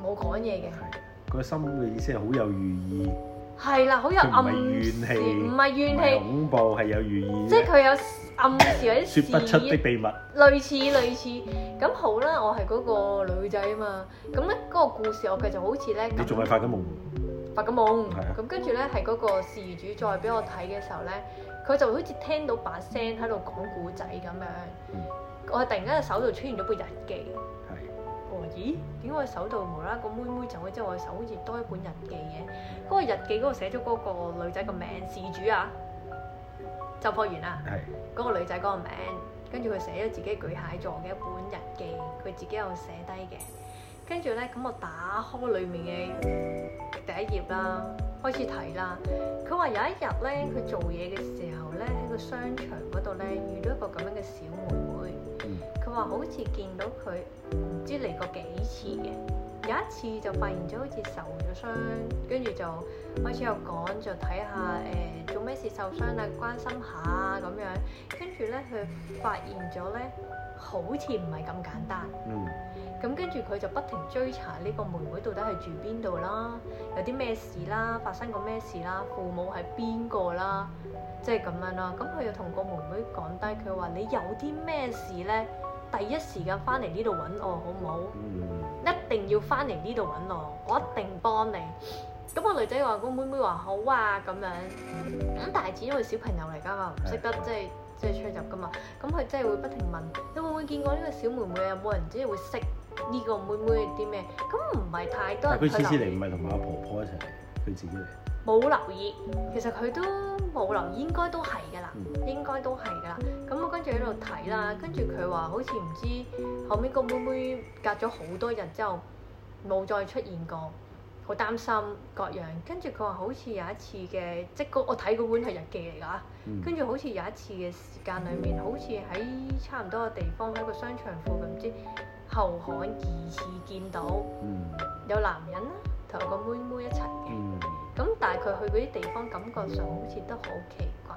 冇講嘢嘅。
係個心嘅意思係好有寓意，
係啦，好有
佢唔
暗
係怨
示，
氣
唔係
唔
怨
係啊
氣，
恐怖係有寓意
即係
嘅，
佢有暗示有啲事
説不出的秘密，
類似類似。咁好啦，我係嗰個女仔啊嘛，咁咧嗰個故事我繼續好似咧
你仲係發緊夢，
發緊夢
係啊，
咁跟住咧係嗰個事主再俾我睇嘅時候咧，佢就好似聽到把聲喺度講古仔咁樣
嗯，
我係突然間手度出現咗部日記。
係
我話咦，點解我手度無啦啦個妹妹走咗之後，我手好似多一本日記嘅？嗰、個日記嗰度寫咗嗰個女仔個名，事主啊，就破完啦，
係
嗰、個女仔嗰個名，跟住佢寫咗自己巨蟹座嘅一本日記，佢自己有寫低嘅。跟住咧，咁我打開裡面嘅第一頁啦，開始睇啦。佢話有一日咧，佢做嘢嘅時候咧，喺個商場嗰度咧遇到一個咁樣嘅小妹妹。
嗯
佢話好似見到佢唔知嚟過幾次嘅，有一次就發現咗好似受咗傷，跟住就開始又講就睇下誒做咩事受傷啊，關心下咁樣。跟住咧佢發現咗咧好似唔係咁簡單。
嗯
咁跟住佢就不停追查呢個妹妹到底係住邊度啦，有啲咩事啦，發生過咩事啦，父母係邊個啦，即係咁樣啦。咁佢又同個妹妹講低，佢話你有啲咩事呢？第一時間翻嚟呢度揾我好唔好？
嗯
一定要翻嚟呢度揾我，我一定幫你。咁個女仔話：個妹妹話好啊咁樣。咁但係只因為小朋友嚟㗎嘛，唔識得即係即係出入㗎嘛。咁佢真係會不停問：你會唔會見過呢個小妹妹啊？有冇人即係會識呢個妹妹啲咩？咁唔係太多人
但佢次次
去留
嚟
意
唔係同阿婆婆一齊嚟，佢自己嚟。
冇留意。其實佢都冇留意，應該都係㗎啦，
嗯
應該都係㗎啦。咁我跟住喺度睇啦，跟住佢話好似唔知後尾個妹妹隔咗好多日之後冇再出現過，好擔心各樣。跟住佢話好似有一次嘅，即係嗰我睇嗰本係日記嚟㗎。
嗯
跟住好似有一次嘅時間裏面，好似喺差唔多嘅地方喺個商場附近唔知後巷疑似見到
嗯
有男人啦同個妹妹一齊嘅。
嗯
咁但係佢去嗰啲地方感覺上好似都好奇怪。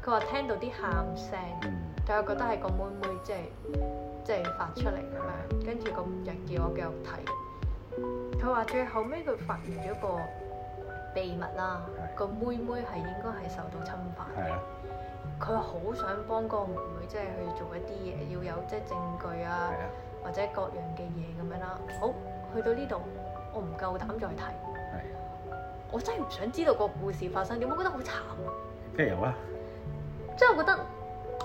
佢話聽到啲喊聲，
嗯
但係覺得係個妹妹即係即係發出嚟咁樣。跟住個日記我繼續睇，佢話最後尾佢發現咗個秘密啦，
係
個妹妹係應該係受到侵犯嘅
係。啊，
佢好想幫個妹妹，即係去做一啲嘢，要有即係證據啊
係，啊，
或者各樣嘅嘢咁樣啦。好，去到呢度，我唔夠膽再睇，
係。啊
我真係唔想知道個故事發生點，我覺得好慘啊。
梗係有啦，
即係我覺得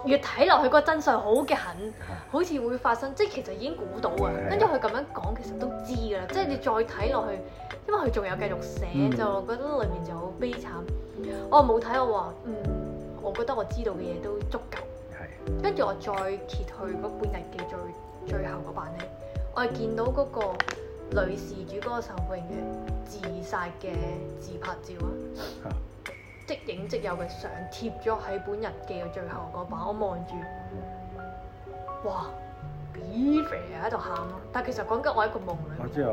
越睇落去個真相好嘅很，
係
好似會發生，即係其實已經估到啊
啊係啊。
跟住佢咁樣講，其實都知㗎啦。即係你再睇落去，因為佢仲有繼續寫，
嗯
就我覺得裏面就好悲慘。我冇睇，我話嗯，我覺得我知道嘅嘢都足夠。
係
跟住我再揭去嗰本日記最最後嗰版咧，我係見到嗰個女事主嗰個受害人嘅自殺嘅自拍照啊，
嚇
即影即有嘅相貼咗喺本日記嘅最後嗰版，我望住，
嗯
哇 b e v e 喺度喊咯，但係其實講緊我喺個夢裏
我
面，
知啊，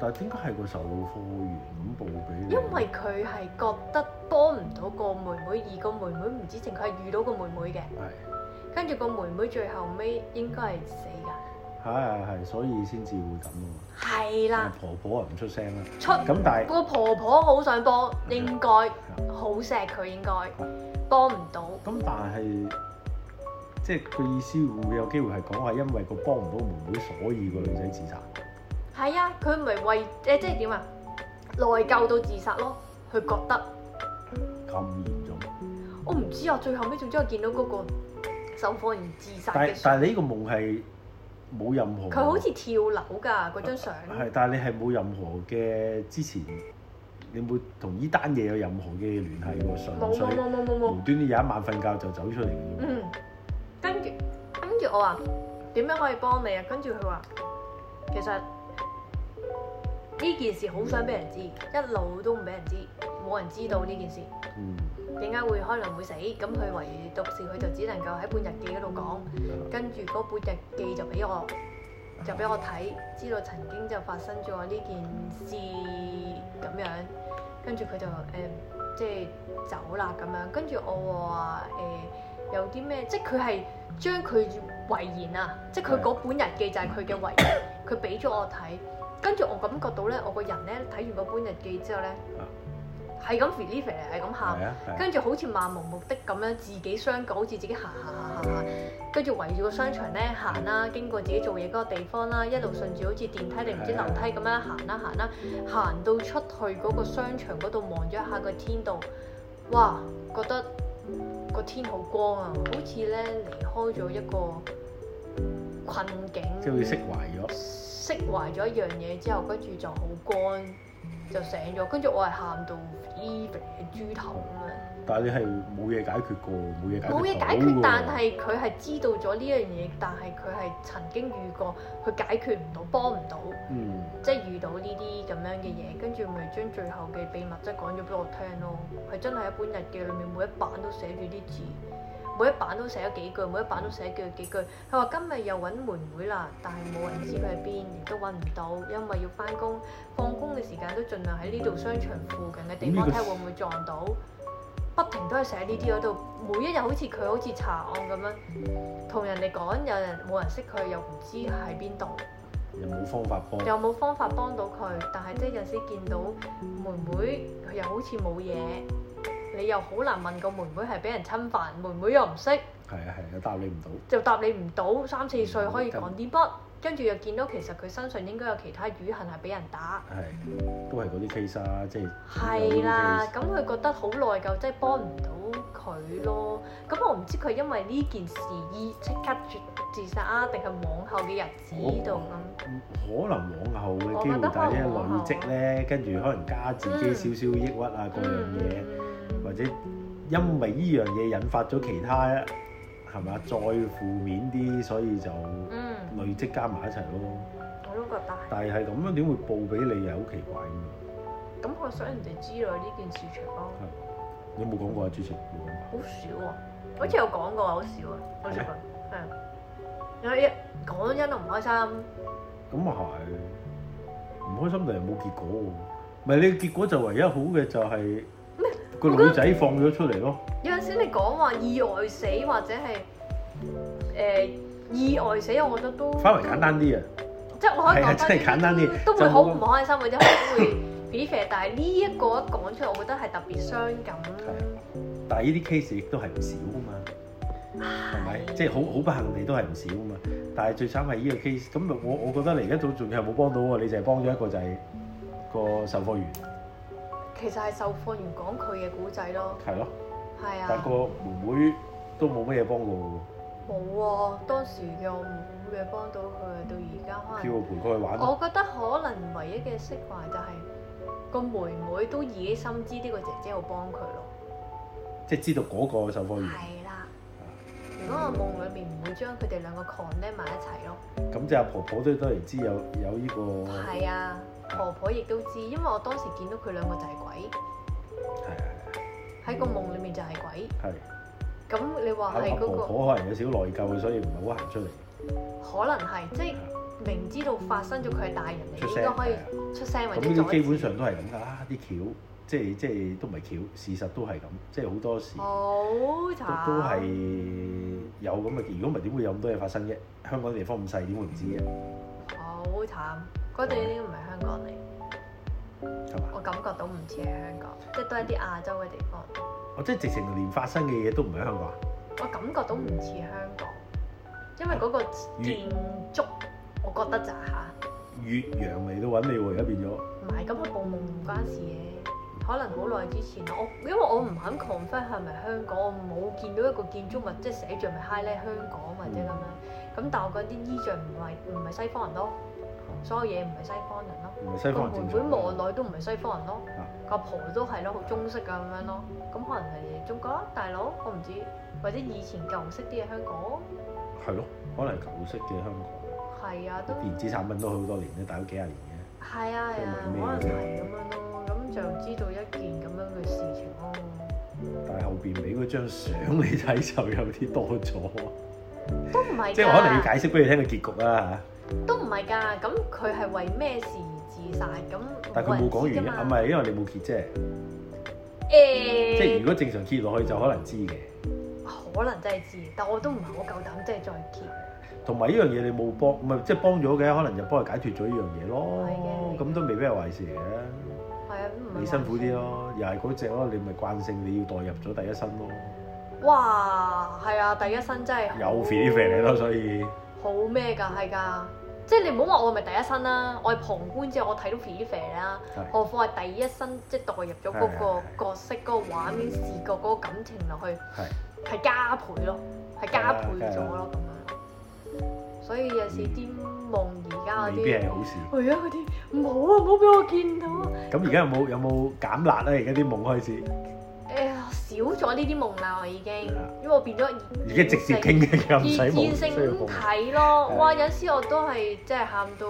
但係點解係個售貨員咁報俾你？
因為佢係覺得幫唔到個妹妹，而個妹妹唔知情佢係遇到個妹妹嘅，
係
跟住個妹妹最後尾應該係死㗎，
係係係，所以先至會咁啊嘛。
係啦，
婆婆啊唔出聲啦。
出。
咁但係
個婆婆好想幫，應該好錫佢，應該幫唔到。
咁但係即係佢意思會唔會有機會係講話因為個幫唔到妹妹，所以個女仔自殺？
係啊，佢唔係為誒，即係點啊？內疚到自殺咯，佢覺得
咁嚴重？
我唔知啊。最後尾總之我見到嗰個受火員自殺
但
嘅
係但係你呢個夢係冇任何
佢好似跳樓㗎嗰張相，
係，但係你係冇任何嘅之前，你冇同呢單嘢有任何嘅聯繫喎，純
冇冇
粹
冇冇冇冇
無。端端有一晚瞓覺就走出嚟嘅啫喎。
嗯，跟住跟住我話點樣可以幫你啊？跟住佢話其實呢件事好想俾人知，一路都唔俾人知，冇人知道呢件事
嗯，
點解會可能會死。咁佢唯獨是佢就只能夠喺本日記嗰度講，跟住嗰本日記就俾我就俾我睇，知道曾經就發生咗呢件事咁樣。跟住佢就誒、呃即係走啦咁樣。跟住我話誒、有啲咩，即係佢係將佢遺言啊，即係佢嗰本日記就係佢嘅遺言，佢俾咗我睇。跟住我感覺到咧，我個人咧睇完嗰本日記之後咧
啊，
係咁 f e e l i 係咁喊
係。啊，係啊
跟住好似漫無目的咁樣，自己雙腳好似自己行行行行行，跟住圍住個商場咧行啦，經過自己做嘢嗰個地方啦，一路順住好似電梯定唔知樓梯咁樣行啦行啦，行到出去嗰個商場嗰度望咗一下個天度，哇！覺得個天好光啊，好似咧離開咗一個困境，
即係會釋懷咗。
釋懷咗一樣嘢之後，跟住就好乾就醒咗，跟住我係喊到 even 豬頭咁樣。
但係你係冇嘢解決過，冇嘢解決
冇嘢解
到
決
喎，
但係佢係知道咗呢樣嘢，但係佢係曾經遇過，佢解決唔到，幫唔到，
嗯，
即係遇到呢啲咁樣嘅嘢，跟住咪將最後嘅秘密即係講咗俾我聽咯。係真係一本日記裏面每一版都寫住啲字，每一版都寫咗幾句，每一版都寫咗幾句。佢話今日又揾妹妹啦，但係冇人知佢喺邊，亦都揾唔到，因為要翻工，放工嘅時間都盡量喺呢度商場附近嘅地
咁呢
方
個
睇下會唔會撞到。不停都係寫呢啲嗰度，每一日好似佢好似查案咁樣，同人哋講，有人冇人識佢，又唔知喺邊度，
有冇方法幫？
又冇方法幫到佢。但係即係有時見到妹妹，佢又好似冇嘢，你又好難問個妹妹係俾人侵犯，妹妹又唔識，
係啊係啊，答你唔到。
就答你唔到。三四歲可以講啲乜？跟住又見到其實佢身上應該有其他瘀痕係俾人打。
係，都係嗰啲 case 啦，即係
係啦，咁佢覺得好內疚，即係幫唔到佢咯。咁我唔知佢因為呢件事而即刻自殺啊，定係往後嘅日子度咁。
可能往後嘅
我
機
覺
會
得
大啲，
可能往後
累積咧，跟住可能加自己少少抑鬱啊，
嗯
嗰樣嘢，或者因為呢樣嘢引發咗其他係嘛，再負面啲，所以就
嗯嗯，
累積加埋一齊咯。
我都覺得係。
但係係咁樣點會報俾你又好奇怪啊㗎嘛？
咁我想人哋知道呢件事情咯，
你冇講過啊，主席冇講過。
好少啊，好似有講過啊，好少啊，我最近係啊，有一講真都唔開心。
咁啊係，唔開心但係冇結果喎。唔係你結果就唯一好嘅就係個
我覺得
女仔放咗出嚟咯。
有陣時你講話意外死或者係誒、意外死，我覺得都
反為簡單啲啊，
即係我可以
係啊
講
真係簡單啲
都會好
就冇
唔開心嘅啫，可能會 p i 但係呢一個一講出嚟，我覺得係特別傷感。
但係呢啲 case 亦都係唔少啊嘛，係咪？即係好好不幸地都係唔少啊嘛。但係最慘係呢個 case，咁我我覺得你而家都仲係冇幫到喎，你就係幫咗一個就係個售貨員，
其實係售貨員講佢嘅古仔咯，
係咯，
係
但係
啊，
個妹妹都冇乜嘢幫過喎，
冇啊，當時嘅我冇嘢幫到佢啊，到而家可
叫
能
我陪佢去玩咯，
我覺得可能唯一嘅釋懷就係、個妹妹都已經深知呢個姐姐會幫佢咯。
即係知道嗰個售貨員，
係啦，如果我夢裏面唔會將佢哋兩個 connect 埋一齊咯。
咁即係阿婆婆都當然知有有呢個
係啊，婆婆亦都知，因為我當時見到佢兩個就係鬼，
係係係。
喺個夢裏面就係鬼。
係，
咁你話哦係
阿婆
嗰
婆可能有少少內疚，所以唔係好行出嚟，
個，可能係即係明知道發生咗佢係大人嚟，
出
應
聲。
該可以
係啊
出聲或
咁
者
呢啲
阻
基本
止。
上都係咁㗎啦，啲橋即係即係都唔係橋，事實都係咁，即係好多時都
好
都係
慘，
有咁嘅。如果唔係點會有咁多嘢發生啫？香港地方咁細，點會唔知啫？
好慘。嗰段應該唔係香港嚟，
係嘛？
我感覺到唔似係香港，即係都係啲亞洲嘅地方。
我哦即係直情連發生嘅嘢都唔喺香港啊！
我感覺到唔似香港，因為嗰個建築，我覺得就係嚇，
越洋嚟到揾你喎，而家變咗
唔係咁佢報夢唔關事嘅，可能好耐之前我因為我唔肯 confirm 係咪香港，我冇見到一個建築物即係寫住咪 highlight 香港或者咁樣，咁但我嗰啲衣着唔係唔係西方人咯，所有嘢唔係西方人咯。
唔係西
個
方人
妹
正
妹望
常。
落去都唔啊係西方人咯
啊，
個婆都係咯，好中式啊咁樣咯，咁可能係中國大佬，我唔知，或者以前舊式啲嘅香港。
係咯，可能舊式嘅香港
係啊，都
啲電子產品都好多年咧，大咗幾廿年嘅。
係啊係啊，可能係咁樣咯，咁就知道一件咁樣嘅事情咯。
但係後邊俾嗰張相你睇就有啲多咗，
都唔係㗎，
即係我可能要解釋俾你聽個結局啦
都唔係㗎，咁佢係為咩事而自殺？咁
嚇。但係佢冇講原因，啊唔
係
係因為你冇揭啫，即係如
誒，
果正常揭落去就可能知嘅。
可能真係知，但我都唔係好夠膽即係再揭。
同埋呢樣嘢你冇幫，唔係即係幫咗嘅，可能就幫佢解脱咗呢樣嘢
係
咯。
嘅
咁都未必係壞事嘅，
係啊，唔係
你辛苦啲。咯，又係嗰只咯，你咪慣性你要代入咗第一身咯，
哇，係啊，第一身真係
有 feel feel 你咯，所以
好咩㗎，係㗎。即係你唔好話我係咪第一身啦，我係旁觀者，我睇到 f e 啦，
係
何況係第一身即係代入咗嗰個
係
角色、嗰、個畫面、視覺、嗰個感情落去，
係啊
係加倍咯，係加倍咗咯咁樣。所以有時啲夢而家嗰
未必係
啲，
好事。
我而家嗰啲唔好啊，唔好俾我見到啊！
咁而家有冇有冇減辣咧？而家啲夢開始，
誒、哎少咗呢啲夢啦，我已經，因為我變咗
而啊家直接傾嘅，又唔使
以戰
冇需要
性
夢。
睇咯，
係啊
哇！有陣時我都係即係喊到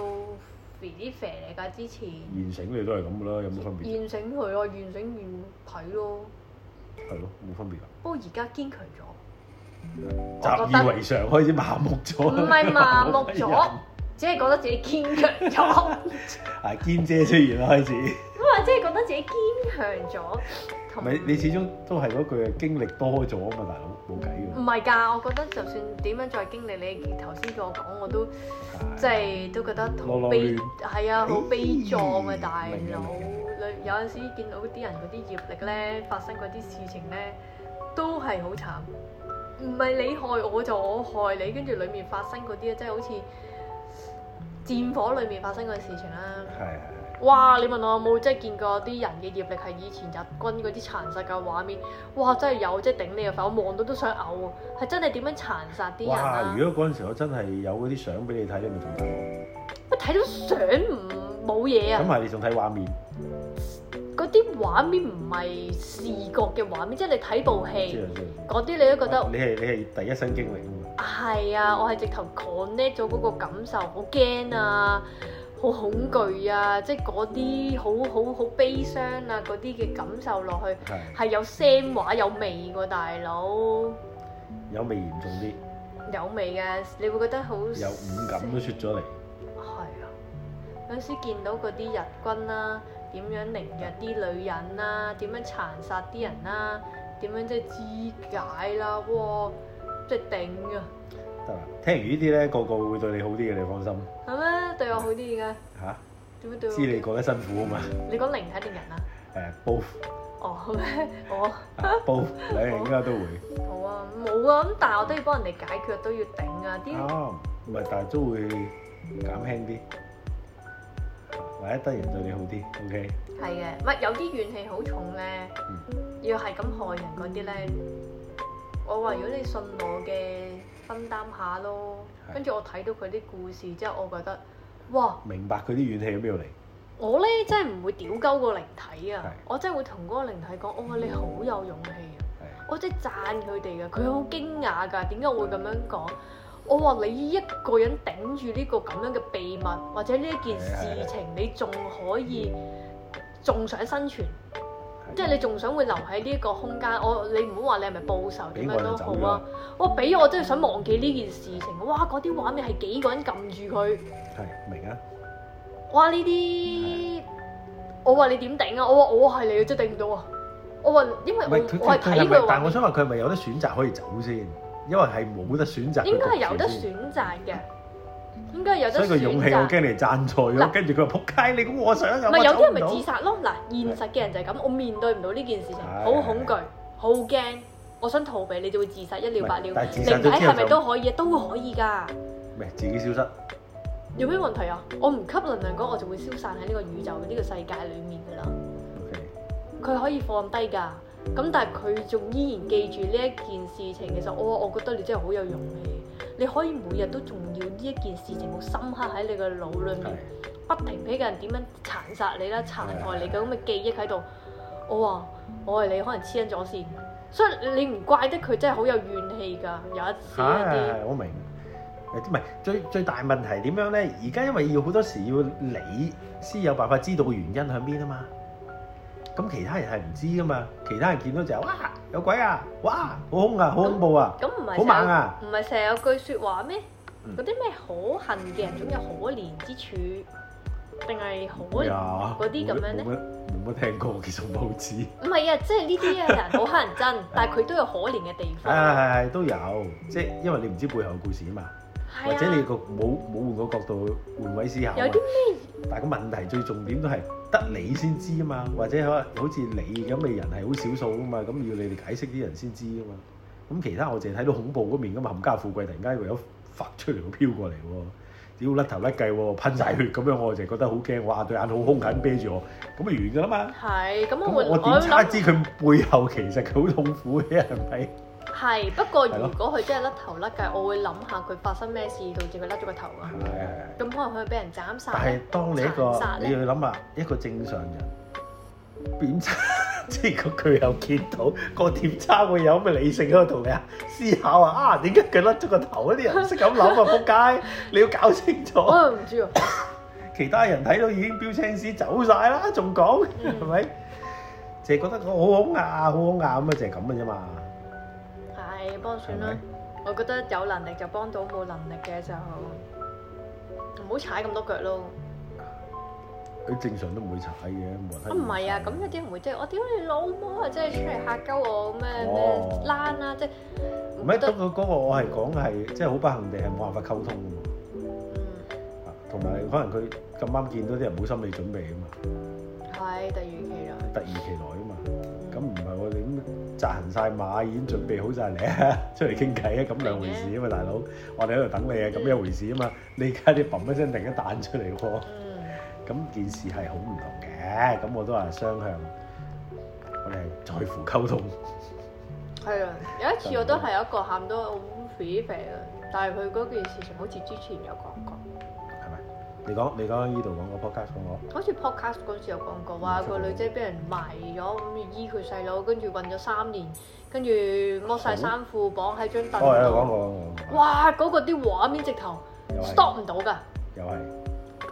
肥啲肥嚟㗎，之前
現成你都係咁噶啦，有冇分別？
現醒佢咯，現醒現睇咯。
係咯，冇分別噶。
不過而家堅強咗，我覺
習以
得
為哎常開始麻木咗。
唔係麻木 咗
係
只係覺得自己堅強 咗，
啊，堅姐出現啦，開始。
咁啊，即係覺得自己堅強咗。同
咪你始終都係嗰句經歷多咗啊嘛，大佬冇計
唔
㗎。
係㗎，我覺得就算點樣再經歷你頭先叫我講，我都即
係
係都覺得
落
好
落
悲
亂，
係啊，好悲壯啊，
咦
大
明
佬
啊明啊！
你有陣時見到啲人嗰啲業力咧，發生嗰啲事情咧，都係好慘。唔係你害我就我害你，跟住裡面發生嗰啲咧，即係好似戰火裡面發生嗰啲事情啦。
係係。
哇！你問我有冇即係見過啲人嘅業力係以前日軍嗰啲殘殺嘅畫面？哇！真係有，即係頂你個肺，我望到都想嘔喎！係真係點樣殘殺啲人
哇！
啊？嗯
如果嗰陣時我真係有嗰啲相俾你睇，你咪仲睇我？
乜睇到相唔冇嘢
咁
啊？
係你仲睇畫面，
嗰啲畫面唔係視覺嘅畫面，即係你睇部
嗯知啊
戲
道知道。
嗰啲，你都覺得
你係你係第一身經歷啊嘛，
係啊！我係直頭 connect 咗嗰個感受，好驚啊，好恐懼啊，即係嗰啲好好好悲傷啊嗰啲嘅感受落去。
係
係有聲畫有味喎，大佬
有味嚴重啲，
有味嘅，你會覺得好
有五感都出咗嚟。
係啊！有時見到嗰啲日軍啦、點樣凌虐啲女人啦、點樣殘殺啲人啦、點樣即係肢解啦、哇！即係頂啊！
得啦，聽完呢啲咧，個個會對你好啲嘅，你放心
係咩？對我好啲嘅，
嚇、
點樣對我好
知
啲？
你過得辛苦啊嘛，
你講靈體定人啊？
誒報
哦咩？我
報兩樣應該都會
好啊，冇啊！咁但係我都要幫人哋解決，都要頂啊！啲
啱，唔係但係都會減輕啲，或者得人對你好啲，OK，
係嘅，唔係有啲怨氣好重咧，要係咁害人嗰啲咧，我話如果你信我嘅，分擔下咯。
係
跟住我睇到佢啲故事之後，我覺得哇！
明白佢啲怨氣喺邊度嚟，
我咧真係唔會屌鳩個靈體啊
係！
我真係會同嗰個靈體講：我、話你好有勇氣啊！
係嗯
我真係讚佢哋噶，佢好驚訝㗎，點解我會咁樣講？我話你一個人頂住呢個咁樣嘅秘密，或者呢一件事情，你仲可以
嗯
仲想生存，即係你仲想會留喺呢一個空間。我你唔好話你係咪報仇
俾
點樣
我
都
就
好
走咗
啊！，我俾我真係想忘記呢件事情。哇！嗰啲畫面係幾個人撳住佢，
係明啊，
哇！呢啲我話你點頂啊？我話我係你真係頂唔到啊！我話因為
唔
我
係佢
我係
佢佢
睇
係
佢
咪？
畫
但係我
面
想話佢係咪有得選擇可以走先？因為係冇得選擇，
應該係有得，選擇嘅，應該係有
所
得
以個
選
勇氣我
擇。
驚你贊錯咗，
嗱
跟住佢話撲街，你估我想有
唔係有啲人咪自
知，
殺咯。嗱，現實嘅人就係咁，我面對唔到呢件事情，
係
好恐懼，好驚，我想逃避，你就會自殺一了百
唔係
了。
但係自
靈
殺咗之
體
後
係咪
就
都可以？都可以㗎。
唔係自己消失。
有咩問題啊？我唔吸能量講，我就會消散喺呢個宇宙、呢、個世界裡面㗎啦。
OK，
佢可以放低㗎，咁但係佢仲依然記住呢一件事情。其實我我覺得你真係好有勇氣，你可以每日都仲要呢一件事情好深刻喺你嘅腦裡面
係。
不停俾個人點樣殘殺你啦、殘害你嘅咁嘅記憶喺度。我話我係你可能黐緊咗線，所以你唔怪得佢真係好有怨氣㗎。有一次
係
一
係
啲
係，我明。誒唔係最最大問題點樣咧？而家因為要好多時要你先有辦法知道個原因喺邊啊嘛。咁其他人係唔知噶嘛，其他人見到就係哇有鬼啊，哇好恐啊，好恐怖啊，
咁唔係
好
成
猛
日
啊，
唔係成日有句説話咩？
嗯
嗰啲咩可恨嘅人總有可憐之處，定係可
呀
嗰啲咁樣咧
冇乜冇乜聽過，其實冇知。
唔係啊，即係呢啲嘅人好乞人憎，但係佢都有可憐嘅地
係
方。
係係都有，即係因為你唔知背後嘅故事啊嘛，或
係
者你
啊，
個冇冇換個角度換位思考啊嘛。
有啲咩
但係個問題最重點都係得你先知啊嘛，或者可能好似你咁嘅人係好少數啊嘛，咁要你哋解釋啲人先知啊嘛。咁其他我淨係睇到恐怖嗰面咁啊，冚家富貴突然間個有發出嚟飄過嚟喎，屌甩頭甩計喎，噴晒血咁樣，我就覺得好驚，哇對眼好兇狠啤住我，咁咪完㗎啦嘛。
係咁？
咁
我會
我
會
點
諗
差知佢背後其實佢好痛苦嘅係咪？
係，不過
係
如
咯
果佢真係甩頭甩計，我會諗下佢發生咩事導致佢甩咗個頭啊。
係係係。
咁可能佢係俾人斬
但
殺
係
咧。
當你一個
殘殺咧
你要諗下一個正常人點差， 即係佢又見到個點差會有咩理性喺度嘅思考啊？啊，點解佢甩咗個頭啊？啲人唔識咁諗 啊！仆街，你要搞清楚，
我又唔知喎，
其他人睇到已經標青絲走晒啦，仲講
嗯
係咪？就係覺得佢好好牙，好好牙咁啊，就係咁嘅啫嘛，
係幫算
係
啦
咪。？
我覺得有能力就幫到，冇能力嘅就唔好踩咁多腳咯。
誒誒正常都唔會踩嘅，冇人
啊
喺
唔係啊，咁有啲人會即係我屌你老母啊！即係出嚟嚇鳩我咩咩
哦
躝啊！即係
唔
覺
係，
得
不過嗰個我係講係即係好不幸地係冇辦法溝通㗎嘛
嗯
啊 同埋可能佢咁啱見到啲人冇心理準備啊嘛，
係突如其來。
突如其來啊嘛，
嗯
咁唔係我哋咁扎行晒馬已經準備好晒你出嚟傾偈啊，咁兩回事啊嘛，大佬，我哋喺度等你啊，咁一回事啊嘛，你而家你砰一聲突然間彈出嚟喎。
嗯
咁件事係好唔同嘅，咁我都話雙向，我哋係在乎溝通。
係啊，有一次我都係有一個喊到好肥肥啦，但係佢嗰件事情好似之前有講過，
係咪？你講你講呢度講個 podcast 講我，
好似 podcast 嗰時有講過
嗯
話個女仔俾人埋咗，咁醫佢細佬，跟住韞咗三年，跟住剝晒衫褲綁喺張
哦有
凳度，
講過講過，
哇！嗰、個啲畫面直頭
又係
stop 唔到㗎，
又係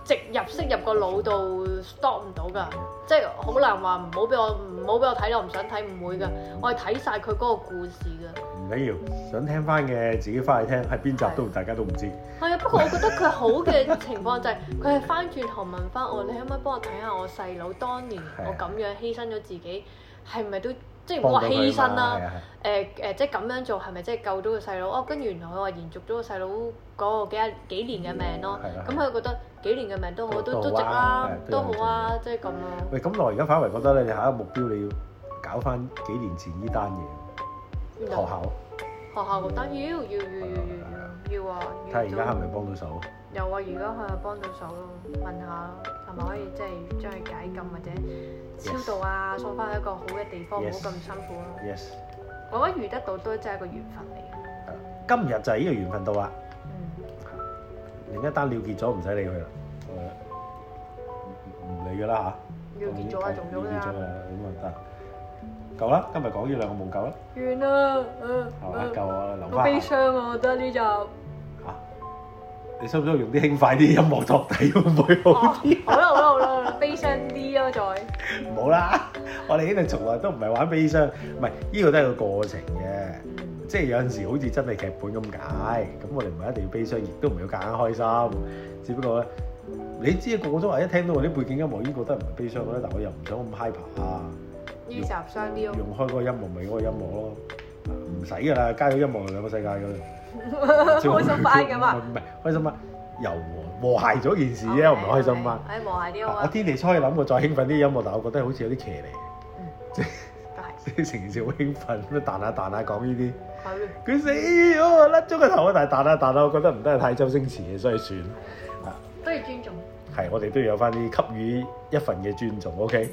直入式入個腦度 stop 唔到㗎，即係好難話唔好俾我唔好俾我睇啦，我唔想睇唔會㗎，我係睇晒佢嗰個故事㗎。
唔緊要，想聽翻嘅自己翻去聽，係邊集都大家都唔知。
係啊，不過我覺得佢好嘅情況 就係佢係翻轉頭問翻我，你可唔可以幫我睇下我細佬當年
係啊
我咁樣犧牲咗自己，係咪都即係唔
幫
好
到
話
佢
犧牲
嘛
啦？
係啊
誒誒，即係咁樣做係咪即係救到個細佬？哦，跟住原來佢話延續咗個細佬嗰個幾廿幾年嘅命咯
係啊。
咁佢覺得幾年嘅命都好，都
都
都
好
值
啊
啦，
係
都
都
好
有
啊，即係咁咯。
喂，咁我而家反為覺得咧，你下一個目標你要搞翻幾年前呢單嘢，學校
學校覺得要要要要要要啊！要
睇下而家係
做
咪幫到手。
有啊，如果佢幫到手咯，問下係咪可以即係將佢解禁或者超度啊，送翻去一個好嘅地方，唔好
Yes
咁辛苦咯。
Yes，
我覺得遇得到都真係一個緣分嚟嘅。
今日就係呢個緣分到啦。
嗯，
另一單了結咗，唔使理佢啦。誒唔唔理㗎啦嚇。
要結咗啊，仲早
了結咗
㗎
啦，咁啊得。夠啦，今日講呢兩個夢夠啦，
完啦，嗯
係嘛？夠啊，留
好悲
翻
傷啊！我覺得呢集，
嚇。你想唔想用啲輕快啲音樂托底會唔會好啲？
好啦好啦好啦，悲傷啲咯再。
唔好啦，我哋呢度從來都唔係玩悲傷，唔係呢個都係個過程嘅。即係有陣時好似真係劇本咁解，咁我哋唔係一定要悲傷，亦都唔係要夾硬開心。只不過咧，你知個個都話一聽到我啲背景音樂已經覺得唔係悲傷嘅啦，但我又唔想咁 hyper 啊，
呢集傷啲咯，
用開嗰個音樂咪嗰個音樂咯，啊唔使㗎啦，加咗音樂係兩個世界㗎 啦，
開心翻咁啊！
唔係開心翻，柔和和諧咗件事
Ờ,
啫，我唔係開心翻。
係，係磨下啲好
啊我
啊，
天地初起諗過再興奮啲音樂，但我覺得好似有啲騎呢，
都係
即係成件事好興奮咁樣彈下彈下講呢啲。
係喎
佢死咗，甩咗個頭啊！但係彈下彈下，我覺得唔得，太周星馳嘅，所以算。
都要尊重。
係，我哋都要有翻啲給予一份嘅尊重，OK？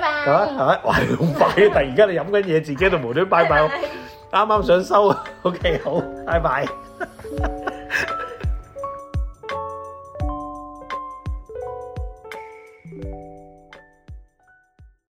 拜
係嘛？
拜
係。 咪？哇！咁快啊嘅，突然間你飲緊嘢，自己都無端拜拜，啱啱想收，OK？好，拜拜。